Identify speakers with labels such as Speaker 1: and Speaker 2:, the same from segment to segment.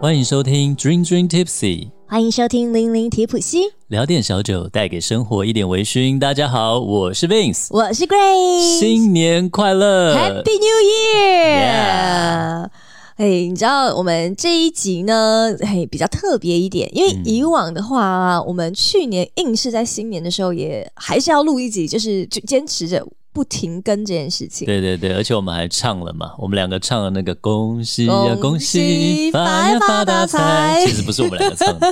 Speaker 1: 欢迎收听 Dream Dream Tipsy，
Speaker 2: 欢迎收听零零提普西，
Speaker 1: 聊点小酒，带给生活一点微醺。大家好，我是 Vince，
Speaker 2: 我是 Grace，
Speaker 1: 新年快乐
Speaker 2: ，Happy New Year！哎，你知道我们这一集呢，嘿，比较特别一点，因为以往的话、啊，我们去年硬是在新年的时候也还是要录一集，就是就坚持着。不停更这件事情，
Speaker 1: 对对对，而且我们还唱了嘛，我们两个唱了那个恭喜呀恭喜发呀发大财，其实不是我们两个唱 的，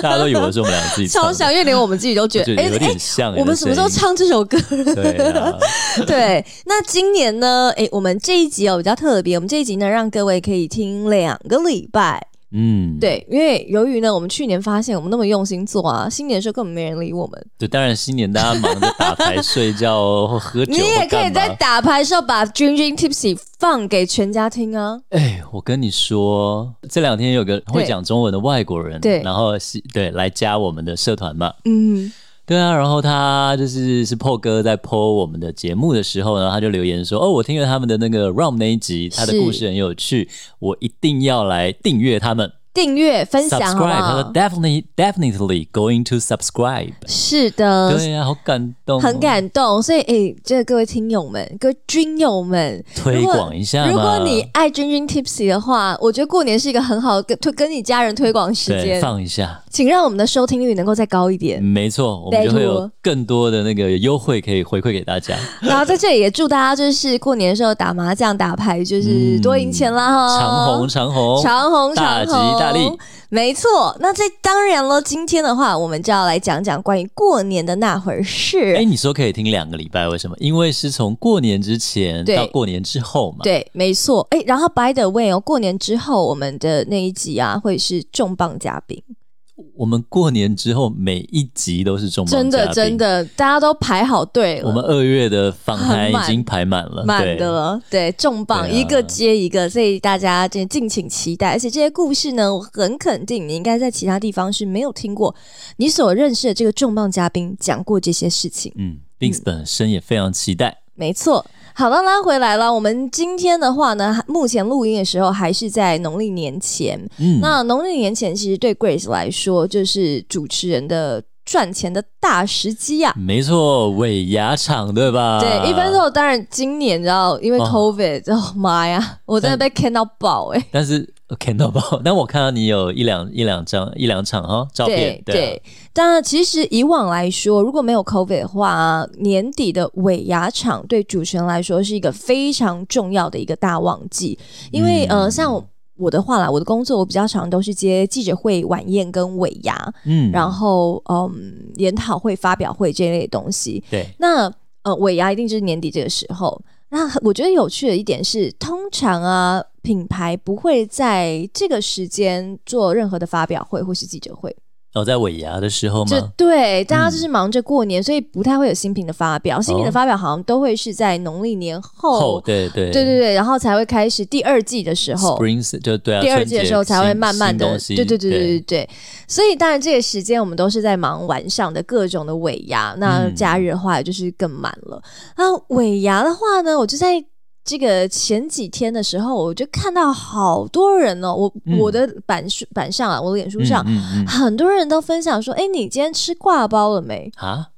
Speaker 1: 大家都以为是我们两个自己唱的，
Speaker 2: 超像，因为连我们自己都觉得，
Speaker 1: 哎 有点像、欸欸。
Speaker 2: 我们什么时候唱这首歌？
Speaker 1: 对啊，
Speaker 2: 对。那今年呢？哎、欸，我们这一集哦比较特别，我们这一集呢让各位可以听两个礼拜。
Speaker 1: 嗯，
Speaker 2: 对，因为由于呢，我们去年发现我们那么用心做啊，新年的时候根本没人理我们。
Speaker 1: 对，当然新年大家忙着打 牌、睡觉、哦、喝酒。
Speaker 2: 你也可以在打牌的时候把《Dream Dream Tipsy》放给全家听啊。
Speaker 1: 哎，我跟你说，这两天有个会讲中文的外国人，
Speaker 2: 对，
Speaker 1: 然后是对来加我们的社团嘛，
Speaker 2: 嗯。
Speaker 1: 对啊，然后他就是是 PO 哥在 PO 我们的节目的时候呢，他就留言说：“哦，我听了他们的那个 Rom 那一集，他的故事很有趣，我一定要来订阅他们。”
Speaker 2: 订阅分享好不
Speaker 1: 好，他说 definitely definitely going to subscribe。
Speaker 2: 是的，
Speaker 1: 对呀、啊，好感动、哦，
Speaker 2: 嗯很感动。所以，哎，这各位听友们，各位军友们，
Speaker 1: 推广一下
Speaker 2: 如。如果你爱君君 Tipsy 的话，我觉得过年是一个很好跟推跟你家人推广时间，
Speaker 1: 放一下，
Speaker 2: 请让我们的收听率能够再高 一点。
Speaker 1: 没错，我们就会有更多的那个优惠可以回馈给大家。
Speaker 2: 然后在这里也祝大家就是过年的时候打麻将、打牌，就是多赢钱啦哈、
Speaker 1: 嗯！长虹，长虹，
Speaker 2: 哦长虹，长虹。
Speaker 1: 大力，
Speaker 2: 没错。那这当然了。今天的话，我们就要来讲讲关于过年的那回事。
Speaker 1: 哎，你说可以听两个礼拜，为什么？因为是从过年之前到过年之后嘛。
Speaker 2: 对，没错。哎，然后 by the way 哦，过年之后我们的那一集啊，会是重磅嘉宾。
Speaker 1: 我们过年之后每一集都是重
Speaker 2: 真的真的，大家都排好队了。
Speaker 1: 我们嗯二月的访谈已经排满了，
Speaker 2: 满的了，对，重磅、啊、一个接一个，所以大家这敬请期待。而且这些故事呢，我很肯定你应该在其他地方是没有听过，你所认识的这个重磅嘉宾讲过这些事情。
Speaker 1: 嗯，Vince 本身也非常期待。
Speaker 2: 没错，好了，拉回来了。我们今天的话呢，目前录音的时候还是在农历年前。
Speaker 1: 嗯，
Speaker 2: 那农历年前其实对 Grace 来说，就是主持人的赚钱的大时机呀、啊。
Speaker 1: 没错，尾牙场对吧？
Speaker 2: 对，一般都当然今年，你知道，因为 COVID，哦妈呀，我真的被看到爆哎、欸！
Speaker 1: 但是。哦看到爆，但我看到你有一两一两张一两场哈照片。啊
Speaker 2: 对对，但其实以往来说，如果没有 COVID 的话，年底的尾牙场对主持人来说是一个非常重要的一个大旺季，因为、嗯、呃，像我的话啦，我的工作我比较常都是接记者会、晚宴跟尾牙，
Speaker 1: 嗯，
Speaker 2: 然后嗯研讨会、发表会这类东西。
Speaker 1: 对，
Speaker 2: 那呃尾牙一定就是年底这个时候。那我觉得有趣的一点是，通常啊，品牌不会在这个时间做任何的发表会或是记者会。
Speaker 1: 哦，在尾牙的时候吗？
Speaker 2: 就对，大家就是忙着过年，嗯、所以不太会有新品的发表。新品的发表好像都会是在农历年后，
Speaker 1: 哦后对对
Speaker 2: 对对对，然后才会开始第二季的时候
Speaker 1: ，Spring 就对啊，
Speaker 2: 第二季的时候才会慢慢的，对对对对对对。所以当然这个时间我们都是在忙晚上的各种的尾牙，那
Speaker 1: 嗯
Speaker 2: 假日的话就是更满了。那、嗯、尾牙的话呢，我就在。这个前几天的时候，我就看到好多人哦，我、嗯、我的板书板上啊，我的脸书上，
Speaker 1: 嗯 嗯、
Speaker 2: 很多人都分享说：“哎，你今天吃挂包了没？”
Speaker 1: 啊，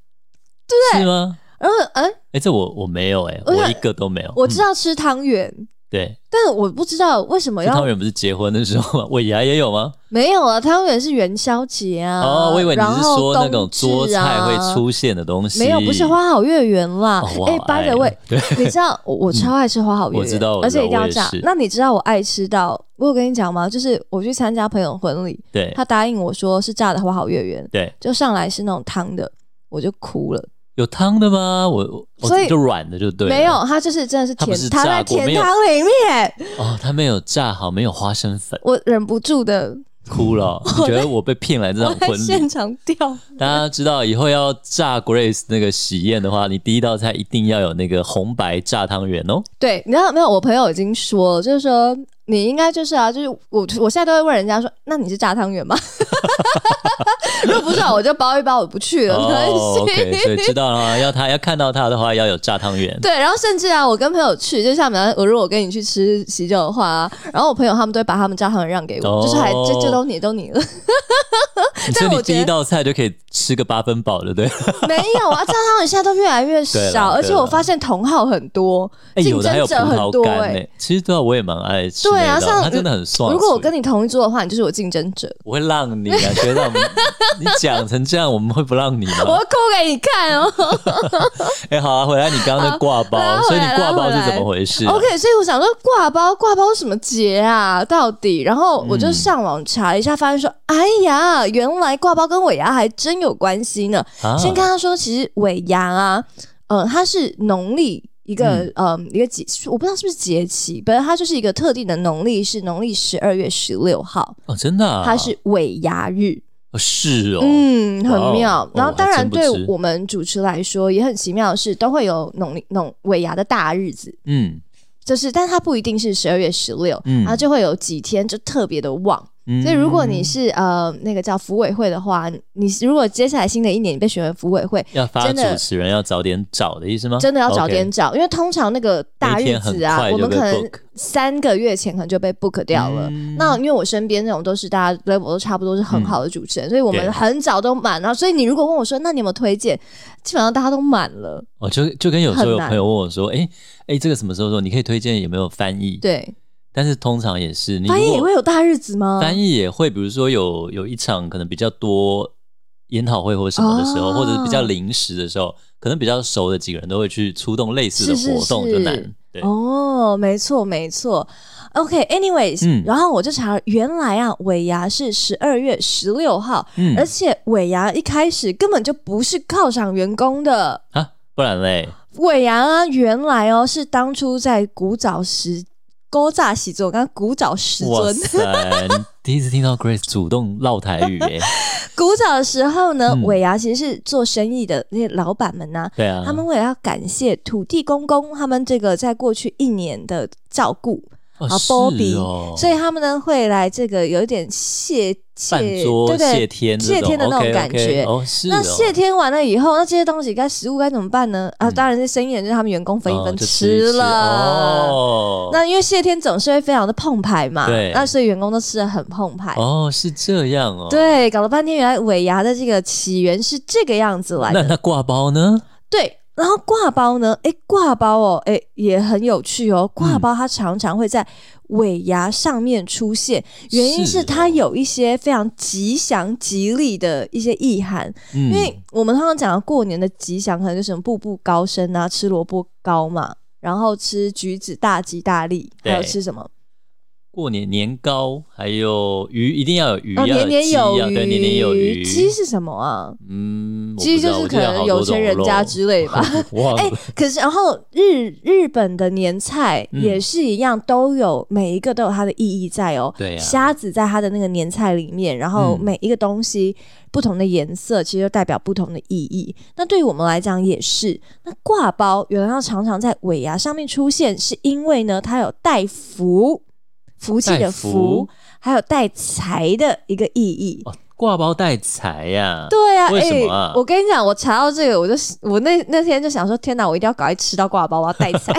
Speaker 2: 对不对？
Speaker 1: 是吗？
Speaker 2: 然后，哎，
Speaker 1: 哎，这我我没有哎、欸，我一个都没有。嗯
Speaker 2: 我知道吃汤圆。
Speaker 1: 对，
Speaker 2: 但我不知道为什么要
Speaker 1: 汤圆不是结婚的时候吗？尾牙也有吗？
Speaker 2: 没有啊，汤圆是元宵节啊。
Speaker 1: 哦，我以为你是说那种桌菜会出现的东西。
Speaker 2: 没有，不是花好月圆啦。
Speaker 1: 哎
Speaker 2: ，by the way，你知道我我超爱吃花好月圆，
Speaker 1: 我知道，
Speaker 2: 而且一定要炸。那你知道我爱吃到我有跟你讲吗？就是我去参加朋友婚礼，
Speaker 1: 对，
Speaker 2: 他答应我说是炸的花好月圆，
Speaker 1: 对，
Speaker 2: 就上来是那种汤的，我就哭了。
Speaker 1: 有汤的吗？我
Speaker 2: 所以
Speaker 1: 就软的就对，啊
Speaker 2: 没有，它就是真的是甜，
Speaker 1: 它
Speaker 2: 在甜汤里面。
Speaker 1: 哦，它没有炸好，没有花生粉，
Speaker 2: 我忍不住的
Speaker 1: 哭 了、哦。你觉得我被骗来这种婚礼？
Speaker 2: 现场掉。
Speaker 1: 大家知道以后要炸 Grace 那个喜宴的话，你第一道菜一定要有那个红白炸汤圆哦。
Speaker 2: 对，你知道没有？我朋友已经说了，就是说。你应该就是啊，就是我我现在都会问人家说，那你是炸汤圆吗？ 如果不是啊，我就包一包，我不去了，没关
Speaker 1: 哦，OK，所以
Speaker 2: 系。
Speaker 1: 知道了，要他要看到他的话，要有炸汤圆。
Speaker 2: 对，然后甚至啊，我跟朋友去，就像比方我如果我跟你去吃喜酒的话、啊，然后我朋友他们都会把他们炸汤圆让给我，
Speaker 1: 哦
Speaker 2: 就是还这这都你都你了，
Speaker 1: 所以你
Speaker 2: 我觉
Speaker 1: 第
Speaker 2: 得
Speaker 1: 一道菜就可以吃个八分饱了， 对不对？
Speaker 2: 没有啊，炸汤圆现在都越来越
Speaker 1: 对
Speaker 2: 少，
Speaker 1: 啦
Speaker 2: 而且
Speaker 1: 对啦
Speaker 2: 我发现同好很多，
Speaker 1: 哎、
Speaker 2: 竞
Speaker 1: 有的还有
Speaker 2: 争
Speaker 1: 葡
Speaker 2: 者很
Speaker 1: 萄
Speaker 2: 多
Speaker 1: 干
Speaker 2: 哎、
Speaker 1: 呢、其实对啊，我也蛮爱吃
Speaker 2: 对
Speaker 1: 那
Speaker 2: 啊
Speaker 1: 一道
Speaker 2: 像
Speaker 1: 它真的很爽。
Speaker 2: 如果我跟
Speaker 1: 你，
Speaker 2: 你同一桌的话，你就是我竞争者，
Speaker 1: 我会让你啊，学长，你讲成这样，我们会不让你
Speaker 2: 我
Speaker 1: 吗
Speaker 2: 会？哭给你看 哦。
Speaker 1: 啊哎、好啊，回来你刚刚那挂包
Speaker 2: 好拉，回
Speaker 1: 所以
Speaker 2: 来
Speaker 1: 你挂包
Speaker 2: 拉
Speaker 1: 是
Speaker 2: 回来
Speaker 1: 怎么回事啊、
Speaker 2: OK，所以我想说挂包挂包什么节啊？到底？然后我就上网查了一下，发现说，哎呀，原来挂包跟尾牙还真有关系呢。
Speaker 1: 啊
Speaker 2: 先跟他说，其实尾牙啊，呃，它是农历。一个嗯、呃一个节，我不知道是不是节气，反正它就是一个特定的农历，是农历十二月十六号，
Speaker 1: 哦，真的、啊，
Speaker 2: 它是尾牙日。
Speaker 1: 哦是哦，
Speaker 2: 嗯，
Speaker 1: 哇哦
Speaker 2: 很妙
Speaker 1: 哦。
Speaker 2: 然后当
Speaker 1: 还
Speaker 2: 然，
Speaker 1: 真不
Speaker 2: 对
Speaker 1: 知
Speaker 2: 我们主持来说也很奇妙的是，都会有农历农尾牙的大日子，
Speaker 1: 嗯
Speaker 2: 就是，但它不一定是十二月十六、
Speaker 1: 嗯
Speaker 2: 然后就会有几天就特别的旺。
Speaker 1: 嗯，
Speaker 2: 所以如果你是呃那个叫福委会的话，你如果接下来新的一年你被选为福委会，
Speaker 1: 要发
Speaker 2: 真的
Speaker 1: 主持人要早点找的意思吗？
Speaker 2: 真的要早
Speaker 1: OK
Speaker 2: 点找因为通常那个大日子啊，
Speaker 1: 那一天很快就
Speaker 2: 我们可
Speaker 1: 被
Speaker 2: 能
Speaker 1: book
Speaker 2: 三个月前可能就被 book 掉了。
Speaker 1: 嗯
Speaker 2: 那因为我身边那种都是大家 level 都差不多是很好的主持人，所以我
Speaker 1: 对
Speaker 2: 们很早都满了。所以你如果问我说，那你有没有推荐？基本上大家都满了。
Speaker 1: 哦，就就跟有时候
Speaker 2: 很
Speaker 1: 有
Speaker 2: 难
Speaker 1: 朋友问我说，哎、哎、这个什么时候说？你可以推荐有没有翻译？
Speaker 2: 对，
Speaker 1: 但是通常也是你
Speaker 2: 翻
Speaker 1: 如
Speaker 2: 译
Speaker 1: 果
Speaker 2: 也会有大日子吗？
Speaker 1: 翻译也会，比如说有有一场可能比较多研讨会或什么的时候，
Speaker 2: 哦
Speaker 1: 或者是比较临时的时候，可能比较熟的几个人都会去出动类似的
Speaker 2: 是是
Speaker 1: 活动，
Speaker 2: 是
Speaker 1: 就难。对，
Speaker 2: 哦，没错没错。OK，anyways，、
Speaker 1: 嗯
Speaker 2: 然后我就查了，原来啊，尾牙是十二月十六号，
Speaker 1: 嗯
Speaker 2: 而且尾牙一开始根本就不是犒赏员工的。
Speaker 1: 啊，不然嘞，
Speaker 2: 尾牙啊，原来哦是当初在古早时勾诈喜尊，我刚刚古早时
Speaker 1: 哇
Speaker 2: 尊，
Speaker 1: 塞，你第一次听到 Grace 主动唠台语诶、
Speaker 2: 古早的时候呢，
Speaker 1: 嗯
Speaker 2: 尾牙其实是做生意的那些老板们呐、
Speaker 1: 对啊，
Speaker 2: 他们为了要感谢土地公公他们这个在过去一年的照顾，
Speaker 1: 哦
Speaker 2: 啊
Speaker 1: 是
Speaker 2: 包庇
Speaker 1: 哦，
Speaker 2: 所以他们呢会来这个有一点谢谢，
Speaker 1: 半桌
Speaker 2: 对
Speaker 1: 谢
Speaker 2: 对。
Speaker 1: 天这
Speaker 2: 谢天的那种
Speaker 1: OK，OK，
Speaker 2: 感觉
Speaker 1: 哦，是
Speaker 2: 那
Speaker 1: 哦
Speaker 2: 谢天完了以后，那这些东西该食物该怎么办呢？啊，
Speaker 1: 嗯
Speaker 2: 当然是生意人就是他们员工分一
Speaker 1: 哦
Speaker 2: 分
Speaker 1: 就吃一吃
Speaker 2: 了。
Speaker 1: 哦。
Speaker 2: 那因为谢天总是会非常的澎湃嘛，
Speaker 1: 对
Speaker 2: 那所以员工都吃的很澎湃。
Speaker 1: 哦，是这样哦。，
Speaker 2: 对，搞了半天，原来尾牙的这个起源是这个样子来
Speaker 1: 那
Speaker 2: 的。
Speaker 1: 那挂包呢？
Speaker 2: 对，然后挂包呢？诶，挂包哦，诶，也很有趣哦。挂
Speaker 1: 嗯
Speaker 2: 包它常常会在尾牙上面出现，原因
Speaker 1: 是
Speaker 2: 是它
Speaker 1: 哦
Speaker 2: 有一些非常吉祥吉利的一些意涵。
Speaker 1: 嗯，
Speaker 2: 因为我们通常讲到过年的吉祥，可能就是什么步步高升啊，吃萝卜糕嘛，然后吃橘子大吉大利，还有
Speaker 1: 对
Speaker 2: 吃什么？
Speaker 1: 过年年糕，还有鱼，一定要有鱼，
Speaker 2: 哦，
Speaker 1: 要
Speaker 2: 年年
Speaker 1: 鸡
Speaker 2: 有
Speaker 1: 要
Speaker 2: 余，
Speaker 1: 对，年年有余。
Speaker 2: 鸡是什么啊？
Speaker 1: 嗯，我不
Speaker 2: 鸡
Speaker 1: 知
Speaker 2: 就
Speaker 1: 道
Speaker 2: 是可能有钱人家之 类
Speaker 1: 我
Speaker 2: 吧。。
Speaker 1: 记得好多种肉忘
Speaker 2: 哎
Speaker 1: 了，
Speaker 2: 可是然后日日本的年菜
Speaker 1: 嗯
Speaker 2: 也是一样，都有每一个都有它的意义在哦。
Speaker 1: 对啊
Speaker 2: 虾子在它的那个年菜里面，然后
Speaker 1: 嗯
Speaker 2: 每一个东西、不同的颜色，其实就代表不同的意义。那对于我们来讲也是，那挂包原来要常常在尾牙上面出现，是因为呢它有带福。福气
Speaker 1: 带
Speaker 2: 的
Speaker 1: 福
Speaker 2: 福，还有带财的一个意义。
Speaker 1: 哦挂包带财呀，
Speaker 2: 对啊，
Speaker 1: 为什么
Speaker 2: 欸
Speaker 1: 啊
Speaker 2: 我跟你讲，我查到这个，我就我那那天就想说，天哪，我一定要赶快吃到挂包，我要带财。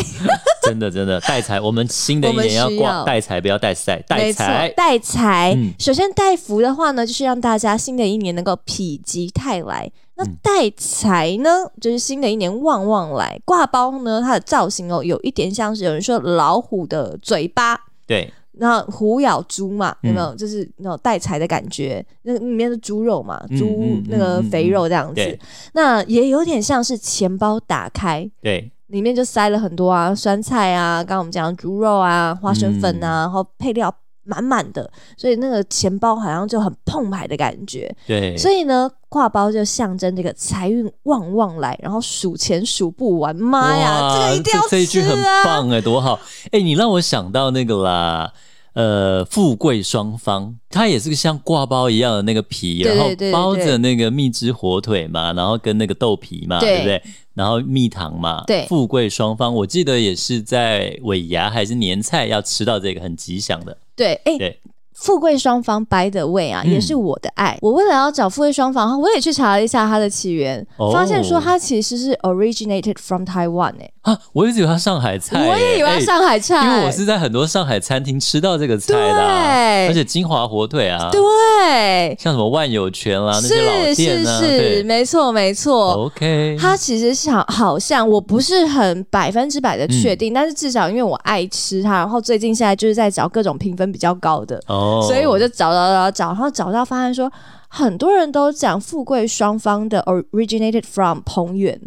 Speaker 1: 真的真的带财。我们新的一年要
Speaker 2: 我们需
Speaker 1: 挂
Speaker 2: 要
Speaker 1: 带财，不要带赛，带
Speaker 2: 没错
Speaker 1: 财，。
Speaker 2: 带财。
Speaker 1: 嗯
Speaker 2: 首先带福的话呢，就是让大家新的一年能够否极泰来。那
Speaker 1: 嗯
Speaker 2: 带财呢，就是新的一年旺旺来。挂包呢，它的造型哦，有一点像是有人说老虎的嘴巴。
Speaker 1: 对，
Speaker 2: 那虎咬猪嘛，
Speaker 1: 嗯
Speaker 2: 有没有？就是那种带财的感觉，那里面是猪肉嘛，
Speaker 1: 嗯
Speaker 2: 猪
Speaker 1: 嗯嗯
Speaker 2: 那个
Speaker 1: 嗯
Speaker 2: 肥
Speaker 1: 嗯
Speaker 2: 肉这样子。
Speaker 1: 对
Speaker 2: 那也有点像是钱包打开，
Speaker 1: 对，
Speaker 2: 里面就塞了很多啊，酸菜啊，刚刚我们讲的猪肉啊，花生粉
Speaker 1: 嗯
Speaker 2: 啊，然后配料满满的，所以那个钱包好像就很澎湃的感觉。
Speaker 1: 对，
Speaker 2: 所以呢，挂包就象征这个财运旺旺来，然后数钱数不完，哎妈呀，
Speaker 1: 哇
Speaker 2: 这个一定要
Speaker 1: 这一句
Speaker 2: 吃
Speaker 1: 很
Speaker 2: 啊！
Speaker 1: 棒哎，多好哎！你让我想到那个啦，呃富贵双方，它也是像挂包一样的那个皮，
Speaker 2: 对
Speaker 1: 然后
Speaker 2: 对对
Speaker 1: 包
Speaker 2: 对
Speaker 1: 着那个蜜汁火腿嘛，然后跟那个豆皮嘛，
Speaker 2: 对
Speaker 1: 对不对？然后蜜糖嘛，
Speaker 2: 对
Speaker 1: 富贵双方，我记得也是在尾牙还是年菜要吃到这个很吉祥的，
Speaker 2: 对，哎、
Speaker 1: 对
Speaker 2: 富贵双方 by the way 啊，
Speaker 1: 嗯
Speaker 2: 也是我的爱。我为了要找富贵双方，我也去查了一下它的起源，
Speaker 1: 哦
Speaker 2: 发现说它其实是 originated from Taiwan 哎、
Speaker 1: 啊，我一直以为它上海菜耶，
Speaker 2: 我也以为它
Speaker 1: 哎
Speaker 2: 上海菜，
Speaker 1: 因为我是在很多上海餐厅吃到这个菜的啊、
Speaker 2: 对
Speaker 1: 而且金华火腿啊，
Speaker 2: 对，
Speaker 1: 像什么万有泉啦、那些老
Speaker 2: 是
Speaker 1: 店
Speaker 2: 是
Speaker 1: 啊，
Speaker 2: 是，
Speaker 1: 对哦
Speaker 2: 没错没错。
Speaker 1: ，OK，
Speaker 2: 它其实像好像我不是很百分之百的确定，但是至少因为我爱吃它，然后最近现在就是在找各种评分比较高的，
Speaker 1: 哦，
Speaker 2: 所以我就找找找找，然后找到发现说，很多人都讲富贵双方的 originated from 彭远，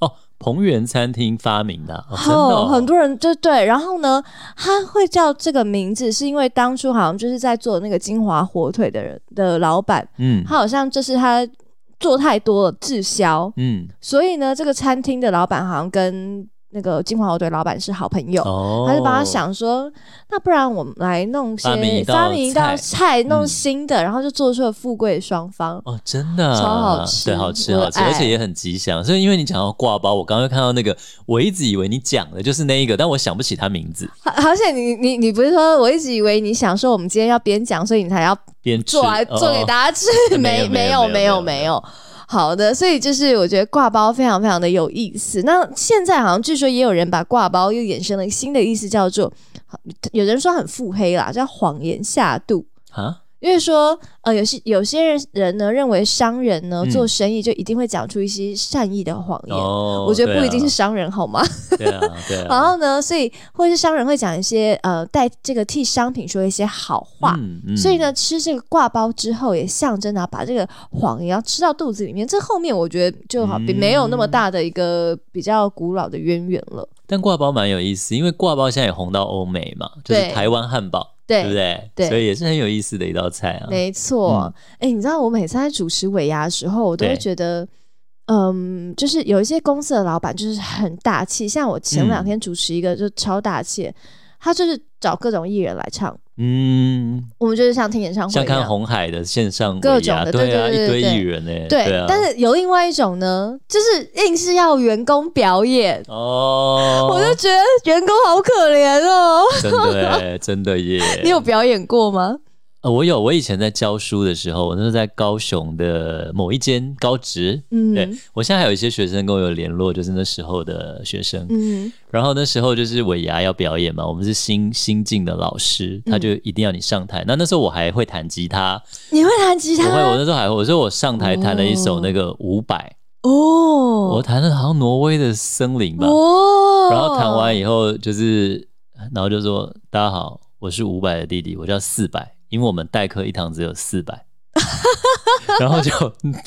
Speaker 1: 哦，彭源餐厅发明的啊，哦真的
Speaker 2: 哦
Speaker 1: 哦，
Speaker 2: 很多人就对，然后呢，他会叫这个名字，是因为当初好像就是在做那个金华火腿的人的老板，
Speaker 1: 嗯
Speaker 2: 他好像就是他做太多了滞销，
Speaker 1: 嗯
Speaker 2: 所以呢，这个餐厅的老板好像跟那个金华火腿老板是好朋友，
Speaker 1: 哦，
Speaker 2: 他就帮他想说，那不然我们来弄些
Speaker 1: 发明一道
Speaker 2: 发明一道
Speaker 1: 菜
Speaker 2: 菜，弄
Speaker 1: 嗯
Speaker 2: 新的，然后就做出了富贵双方。
Speaker 1: 哦，真的啊、
Speaker 2: 超好吃
Speaker 1: 对，好吃
Speaker 2: 我的
Speaker 1: 好吃，而
Speaker 2: 爱
Speaker 1: 且也很吉祥。所以因为你讲到挂包，我刚刚看到那个，我一直以为你讲的就是那一个，但我想不起他名字。
Speaker 2: 好，好险你你你不是说我一直以为你想说我们今天要边讲，所以你才要
Speaker 1: 边吃哦
Speaker 2: 做来做给
Speaker 1: 家、
Speaker 2: 大家吃，
Speaker 1: 没
Speaker 2: 没
Speaker 1: 有没有
Speaker 2: 有
Speaker 1: 没有
Speaker 2: 有没有。好的，所以就是我觉得挂包非常非常的有意思。那现在好像据说也有人把挂包又衍生了一个新的意思，叫做有人说很腹黑啦，叫谎言下肚。
Speaker 1: 哦、啊。
Speaker 2: 因为说，呃，有些有些人人呢认为商人呢、
Speaker 1: 嗯
Speaker 2: 做生意就一定会讲出一些善意的谎言，
Speaker 1: 哦，
Speaker 2: 我觉得
Speaker 1: 对
Speaker 2: 不一
Speaker 1: 啊
Speaker 2: 定是商人，好吗？
Speaker 1: 对啊，对啊。
Speaker 2: 然后呢，所以或是商人会讲一些呃，带这个替商品说一些好话。
Speaker 1: 嗯嗯
Speaker 2: 所以呢，吃这个挂包之后，也象征啊，把这个谎言要吃到肚子里面。这后面我觉得就好，比
Speaker 1: 嗯
Speaker 2: 没有那么大的一个比较古老的渊源了。
Speaker 1: 但挂包蛮有意思，因为挂包现在也红到欧美嘛，就是
Speaker 2: 对
Speaker 1: 台湾汉堡，
Speaker 2: 对
Speaker 1: 不对？
Speaker 2: 对
Speaker 1: 所以也是很有意思的一道菜啊。
Speaker 2: 没错，哎、你知道我每次在主持尾牙的时候，我都会
Speaker 1: 对
Speaker 2: 觉得，嗯，就是有一些公司的老板就是很大气，像我前
Speaker 1: 嗯
Speaker 2: 两天主持一个就超大气的，他就是找各种艺人来唱，
Speaker 1: 嗯，
Speaker 2: 我们就是像听演唱会
Speaker 1: 像
Speaker 2: 一
Speaker 1: 看
Speaker 2: 样。
Speaker 1: 红海的线上
Speaker 2: 各
Speaker 1: 尾
Speaker 2: 种
Speaker 1: 牙
Speaker 2: 的
Speaker 1: 对
Speaker 2: 对
Speaker 1: 啊，
Speaker 2: 对对
Speaker 1: 一堆
Speaker 2: 对
Speaker 1: 艺人呢，
Speaker 2: 对，
Speaker 1: 啊。
Speaker 2: 但是有另外一种呢，就是硬是要员工表演，
Speaker 1: 哦，
Speaker 2: 我就觉得员工好可怜哦。
Speaker 1: 真的 欸真的耶！
Speaker 2: 你有表演过吗？
Speaker 1: 呃我有，我以前在教书的时候，我那时候在高雄的某一间高职，对
Speaker 2: 嗯
Speaker 1: 我现在还有一些学生跟我有联络，就是那时候的学生。
Speaker 2: 嗯，
Speaker 1: 然后那时候就是尾牙要表演嘛，我们是新新进的老师，
Speaker 2: 嗯
Speaker 1: 他就一定要你上台。那那时候我还会弹吉他，
Speaker 2: 你会弹吉
Speaker 1: 我 会，我
Speaker 2: 他
Speaker 1: 那时候还会我说我上台弹了一首
Speaker 2: 哦
Speaker 1: 那个伍佰，我
Speaker 2: 哦
Speaker 1: 弹的好像挪威的森林吧。
Speaker 2: 哦
Speaker 1: 然后弹完以后就是，然后就说大家好，我是伍佰的弟弟，我叫四百，因为我们代课一堂只有四百。 然后就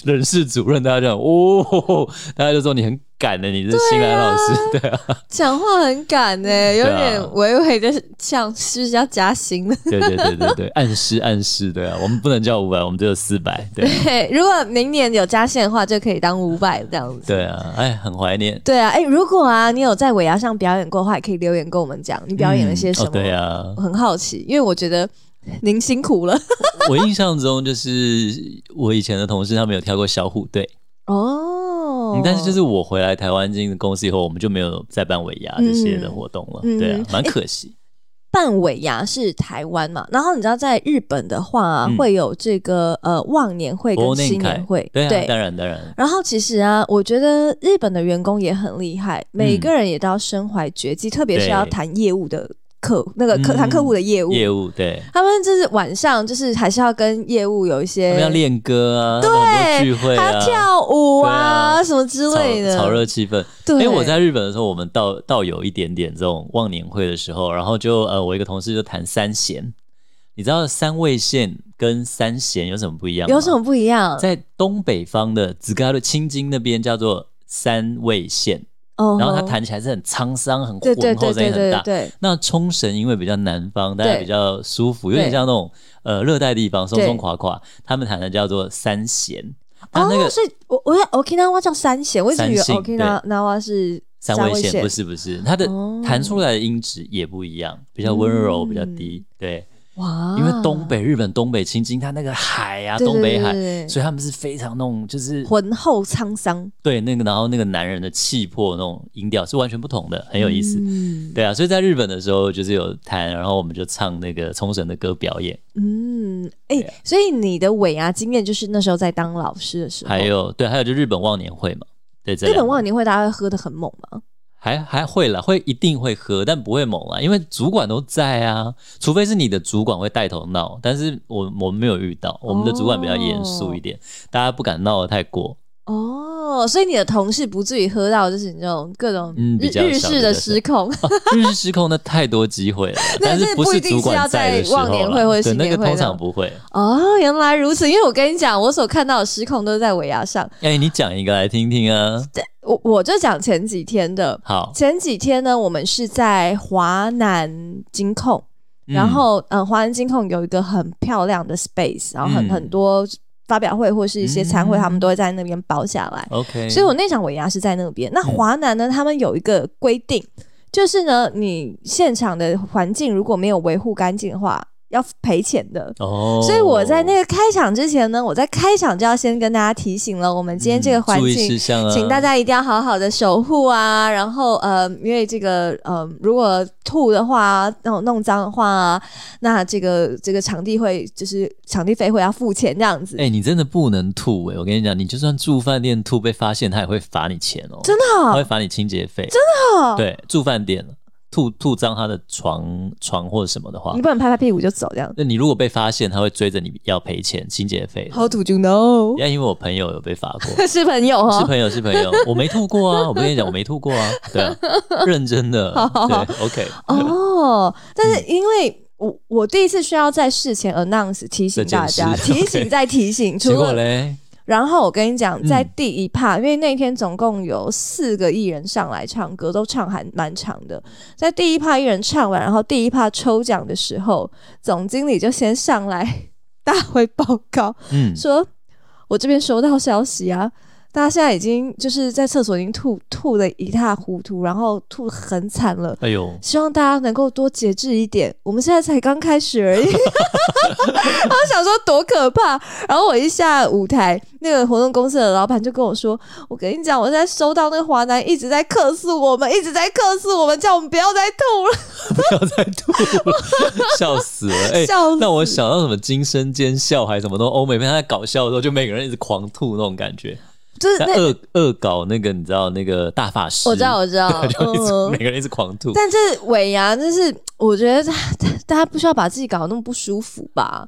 Speaker 1: 人事主任大家就哦，大家就说你很敢的，你是新来老师，对啊，
Speaker 2: 讲话很敢呢、有
Speaker 1: 对啊
Speaker 2: 点微微的像是要加薪了。
Speaker 1: 对对对对对，暗示暗示，对啊，我们不能叫五百，我们只有四百，对啊
Speaker 2: 对，如果明年有加薪的话，就可以当五百这样子。
Speaker 1: 对啊，哎，很怀念。
Speaker 2: 对啊，哎、如果啊，你有在尾牙上表演过的话，也可以留言跟我们讲你表演了些什么。
Speaker 1: 嗯哦对啊
Speaker 2: 我，很好奇，因为我觉得您辛苦了。
Speaker 1: 我印象中就是我以前的同事他们有跳过小虎队，
Speaker 2: 哦
Speaker 1: 嗯，但是就是我回来台湾进公司以后，我们就没有再办尾牙这些的活动了，
Speaker 2: 嗯
Speaker 1: 对啊
Speaker 2: 嗯，
Speaker 1: 蛮可惜。
Speaker 2: 办尾牙是台湾嘛，然后你知道在日本的话、啊
Speaker 1: 嗯
Speaker 2: 会有这个呃忘年会
Speaker 1: 国
Speaker 2: 跟
Speaker 1: 内
Speaker 2: 新
Speaker 1: 开
Speaker 2: 年会，
Speaker 1: 对啊，当然当然，
Speaker 2: 然后其实啊，我觉得日本的员工也很厉害，每个人也都要身怀绝技，特别是要谈业务的客那个客
Speaker 1: 嗯
Speaker 2: 谈客户的业务，
Speaker 1: 业务对，
Speaker 2: 他们就是晚上就是还是要跟业务有一
Speaker 1: 他们要
Speaker 2: 些。
Speaker 1: 练歌啊，
Speaker 2: 对
Speaker 1: 他们很多聚会
Speaker 2: 还
Speaker 1: 啊
Speaker 2: 要，跳舞啊，
Speaker 1: 对啊
Speaker 2: 什么之类的，
Speaker 1: 炒炒热气氛。因
Speaker 2: 对，
Speaker 1: 为我在日本的时候，我们到到有一点点这种忘年会的时候，然后就呃，我一个同事就弹三弦，你知道三味线跟三弦有什么不一样吗？
Speaker 2: 有什么不一样？
Speaker 1: 啊在东北方的紫嘎的青津那边叫做三味线，
Speaker 2: 哦
Speaker 1: 然后它弹起来是很沧桑、很
Speaker 2: 对对
Speaker 1: 浑
Speaker 2: 对
Speaker 1: 厚，声
Speaker 2: 对
Speaker 1: 音很
Speaker 2: 对
Speaker 1: 大。
Speaker 2: 对，
Speaker 1: 那冲绳因为比较南方，大家
Speaker 2: 对
Speaker 1: 比较舒服，有点
Speaker 2: 对
Speaker 1: 像那种呃热带地方松
Speaker 2: 对
Speaker 1: 松垮垮，他们谈的叫做三弦，它那
Speaker 2: 哦，
Speaker 1: 个
Speaker 2: 所以我我在 Okinawa 叫三弦，我一直以为
Speaker 1: 三性
Speaker 2: Okinawa 是
Speaker 1: 三
Speaker 2: 三
Speaker 1: 味
Speaker 2: 味
Speaker 1: 线
Speaker 2: 线
Speaker 1: 不是不是，它的
Speaker 2: 哦
Speaker 1: 弹出来的音质也不一柔，比较温柔，
Speaker 2: 嗯
Speaker 1: 比较低，对，
Speaker 2: 哇，
Speaker 1: 因为东北日本东北青津，它那个海啊，
Speaker 2: 对对
Speaker 1: 东北海
Speaker 2: 对对，对
Speaker 1: 所以他们是非常那种就是
Speaker 2: 浑厚沧桑，
Speaker 1: 对那个，然后那个男人的气魄那种音调是完全不同的，很有意思。
Speaker 2: 嗯
Speaker 1: 对啊，所以在日本的时候就是有弹，然后我们就唱那个冲绳的歌表演，
Speaker 2: 嗯，哎、
Speaker 1: 啊
Speaker 2: 所以你的尾牙经验就是那时候在当老师的时候，
Speaker 1: 还有对，还有就日本忘年会嘛，对，这
Speaker 2: 嗯日本
Speaker 1: 两个
Speaker 2: 忘年会大家会喝的很猛吗？
Speaker 1: 还还会啦，会一定会喝，但不会猛啊，因为主管都在啊，除非是你的主管会带头闹，但是我我们没有遇到，我们的主管比较严肃一点，大家不敢闹得太过，
Speaker 2: 哦，所以你的同事不至于喝到就是你这种各种日、
Speaker 1: 嗯比较
Speaker 2: 日
Speaker 1: 小
Speaker 2: 式
Speaker 1: 比较
Speaker 2: 的
Speaker 1: 小
Speaker 2: 失控，
Speaker 1: 啊日式失控那太多机会了，
Speaker 2: 那
Speaker 1: 但
Speaker 2: 是
Speaker 1: 不
Speaker 2: 不一
Speaker 1: 是
Speaker 2: 定
Speaker 1: 主
Speaker 2: 是要
Speaker 1: 管的时
Speaker 2: 在
Speaker 1: 候
Speaker 2: 忘年会
Speaker 1: 啦
Speaker 2: 或
Speaker 1: 对
Speaker 2: 者新
Speaker 1: 那
Speaker 2: 年
Speaker 1: 个
Speaker 2: 会
Speaker 1: 通
Speaker 2: 那
Speaker 1: 常
Speaker 2: 种
Speaker 1: 不会。
Speaker 2: 哦，原来如此。因为我跟你讲，我所看到的失控都是在尾牙上。
Speaker 1: 哎、你讲一个来听听啊，
Speaker 2: 我我就讲前几天的，
Speaker 1: 好，
Speaker 2: 前几天呢，我们是在华南金控，
Speaker 1: 嗯
Speaker 2: 然后嗯，呃华南金控有一个很漂亮的 space，然后很、
Speaker 1: 嗯
Speaker 2: 很多发表会或是一些餐会，
Speaker 1: 嗯哎
Speaker 2: 他们都会在那边包下来。
Speaker 1: OK，
Speaker 2: 所以我那场尾牙是在那边。
Speaker 1: 嗯
Speaker 2: 那华南呢，他们有一个规定，就是呢，你现场的环境如果没有维护干净的话，要赔钱的。
Speaker 1: 哦，
Speaker 2: 所以我在那个开场之前呢，我在开场就要先跟大家提醒了，我们今天这个
Speaker 1: 嗯
Speaker 2: 环
Speaker 1: 注意
Speaker 2: 境。
Speaker 1: 事项啊，
Speaker 2: 请大家一定要好好的守护啊，然后呃，因为这个呃，如果吐的话，弄弄脏的话啊，那这个这个场地会就是场地费会要付钱这样子。
Speaker 1: 哎、你真的不能吐哎、我跟你讲，你就算住饭店吐被发现，他也会罚你钱哦、
Speaker 2: 真的
Speaker 1: 他
Speaker 2: 哦、
Speaker 1: 会罚你清洁费，真的
Speaker 2: 哦
Speaker 1: 对，住饭店了，吐吐脏他的床床或者什么的话
Speaker 2: 你，不能拍拍屁股就走这样。
Speaker 1: 那你如果被发现，他会追着你要赔钱清洁费的。哎
Speaker 2: How do you know？
Speaker 1: 因为因为我朋友有被罚过，
Speaker 2: 是朋友
Speaker 1: 是
Speaker 2: 哦。
Speaker 1: 朋友是朋友，我没吐过 啊，我跟你讲，我没吐过啊，对啊，认真的，
Speaker 2: 好好
Speaker 1: 对，OK，
Speaker 2: 哦，但是因为我我第一次需要在事前 announce 提醒大家，
Speaker 1: 这件事
Speaker 2: 提醒
Speaker 1: OK
Speaker 2: 再提醒， 除
Speaker 1: 结果
Speaker 2: 了
Speaker 1: 嘞，
Speaker 2: 然后我跟你讲，
Speaker 1: 嗯
Speaker 2: 在第一趴，因为那天总共有四个艺人上来唱歌，都唱还蛮长的。在第一趴艺人唱完，然后第一趴抽奖的时候，总经理就先上来大会报告，
Speaker 1: 嗯，
Speaker 2: 说我这边收到消息啊，大家现在已经就是在厕所已经吐吐的一塌糊涂，然后吐得很惨了。
Speaker 1: 哎呦，
Speaker 2: 希望大家能够多节制一点。我们现在才刚开始而已， 我想说多可怕。然后我一下舞台，那个活动公司的老板就跟我说：“我跟你讲，我现在收到那个华南一直在客诉我们，一直在客诉我们，叫我们不要再吐 了。
Speaker 1: 不要再吐 了，笑死了！哎、
Speaker 2: 笑死
Speaker 1: 那我想到什么惊声尖笑，还是什么东欧美片，他在搞笑的时候，就每个人一直狂吐那种感觉，”
Speaker 2: 就是
Speaker 1: 在
Speaker 2: 那
Speaker 1: 恶恶搞那个你知道那个大法师，
Speaker 2: 我知道，我知 道，
Speaker 1: 就一直、
Speaker 2: 嗯
Speaker 1: 每。个人一直狂吐。
Speaker 2: 但这尾牙，就是我觉得大大家不需要把自己搞得那么不舒服吧？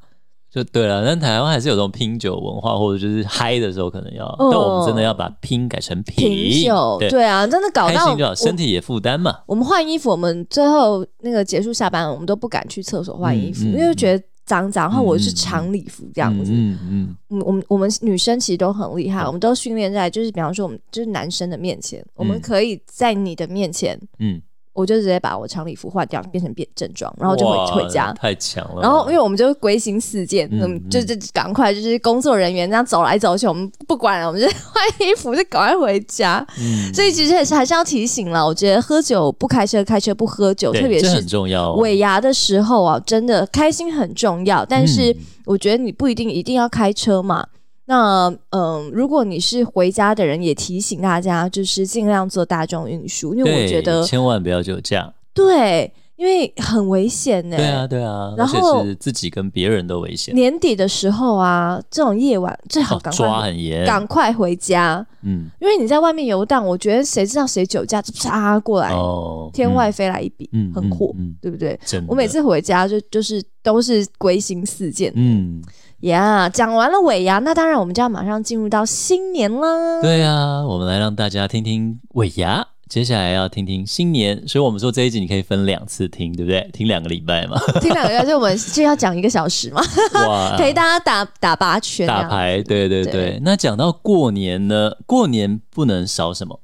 Speaker 1: 就对了，但台湾还是有这种拼酒文化，或者就是嗨的时候可能要，但我们真的要把拼改成
Speaker 2: 品
Speaker 1: 品，
Speaker 2: 嗯酒，
Speaker 1: 对，
Speaker 2: 对啊，真的搞
Speaker 1: 开
Speaker 2: 到
Speaker 1: 心就好，
Speaker 2: 我
Speaker 1: 身体也负担嘛。
Speaker 2: 我们换衣服，我们最后那个结束下班，我们都不敢去厕所换衣服，
Speaker 1: 嗯嗯
Speaker 2: 因为觉得脏脏。然后我
Speaker 1: 嗯
Speaker 2: 是
Speaker 1: 嗯
Speaker 2: 长礼服这样子。
Speaker 1: 嗯嗯
Speaker 2: 嗯我们我们女生其实都很厉害，我们都训练在就是比方说我们就是男生的面前，我们可以在你的面前，
Speaker 1: 嗯，
Speaker 2: 我就直接把我长礼服换掉，变成变正装，然后就回
Speaker 1: 哇
Speaker 2: 回家。
Speaker 1: 太强了。
Speaker 2: 然后，因为我们就归心似箭，
Speaker 1: 嗯
Speaker 2: 嗯，就
Speaker 1: 嗯
Speaker 2: 就赶快就是工作人员这样走来走去，我们不管了，我们就换衣服就赶快回家。
Speaker 1: 嗯，
Speaker 2: 所以其实还是还是要提醒了，我觉得喝酒不开车，开车不喝酒，
Speaker 1: 对
Speaker 2: 特别
Speaker 1: 这
Speaker 2: 是
Speaker 1: 很重要哦。
Speaker 2: 尾牙的时候啊，真的开心很重要，但
Speaker 1: 嗯
Speaker 2: 是我觉得你不一定一定要开车嘛。那嗯、如果你是回家的人，也提醒大家，就是尽量坐大众运输，因为
Speaker 1: 对，
Speaker 2: 我觉得
Speaker 1: 千万不要酒驾。
Speaker 2: 对，因为很危险呢、
Speaker 1: 对啊，对啊，
Speaker 2: 然
Speaker 1: 而且
Speaker 2: 后
Speaker 1: 是自己跟别人都危险，
Speaker 2: 年底的时候啊，这种夜晚最好
Speaker 1: 哦
Speaker 2: 赶
Speaker 1: 抓
Speaker 2: 快、
Speaker 1: 很严。
Speaker 2: 赶快回家，
Speaker 1: 嗯，
Speaker 2: 因为你在外面游荡，我觉得谁知道谁酒驾啪过来，
Speaker 1: 哦，
Speaker 2: 天
Speaker 1: 嗯
Speaker 2: 外，飞来一笔，
Speaker 1: 嗯，
Speaker 2: 很火，
Speaker 1: 嗯，嗯
Speaker 2: 对不对？
Speaker 1: 真的
Speaker 2: 我每，次回家就就是都是归心似箭，
Speaker 1: 嗯，
Speaker 2: 呀讲完了尾牙，那当然我们就要马上进入到新年 啦。
Speaker 1: 对啊，我们来让大家听听尾牙。接下来要听听新年，所以我们说这一集你可以分两次听，对不对？听两个礼拜 嘛，
Speaker 2: 听两个月，就我们就要讲一个小时嘛，
Speaker 1: 哇，
Speaker 2: 陪大家打打八圈啊，
Speaker 1: 打牌，对对对。
Speaker 2: 对
Speaker 1: 那讲到过年呢，过年不能少什么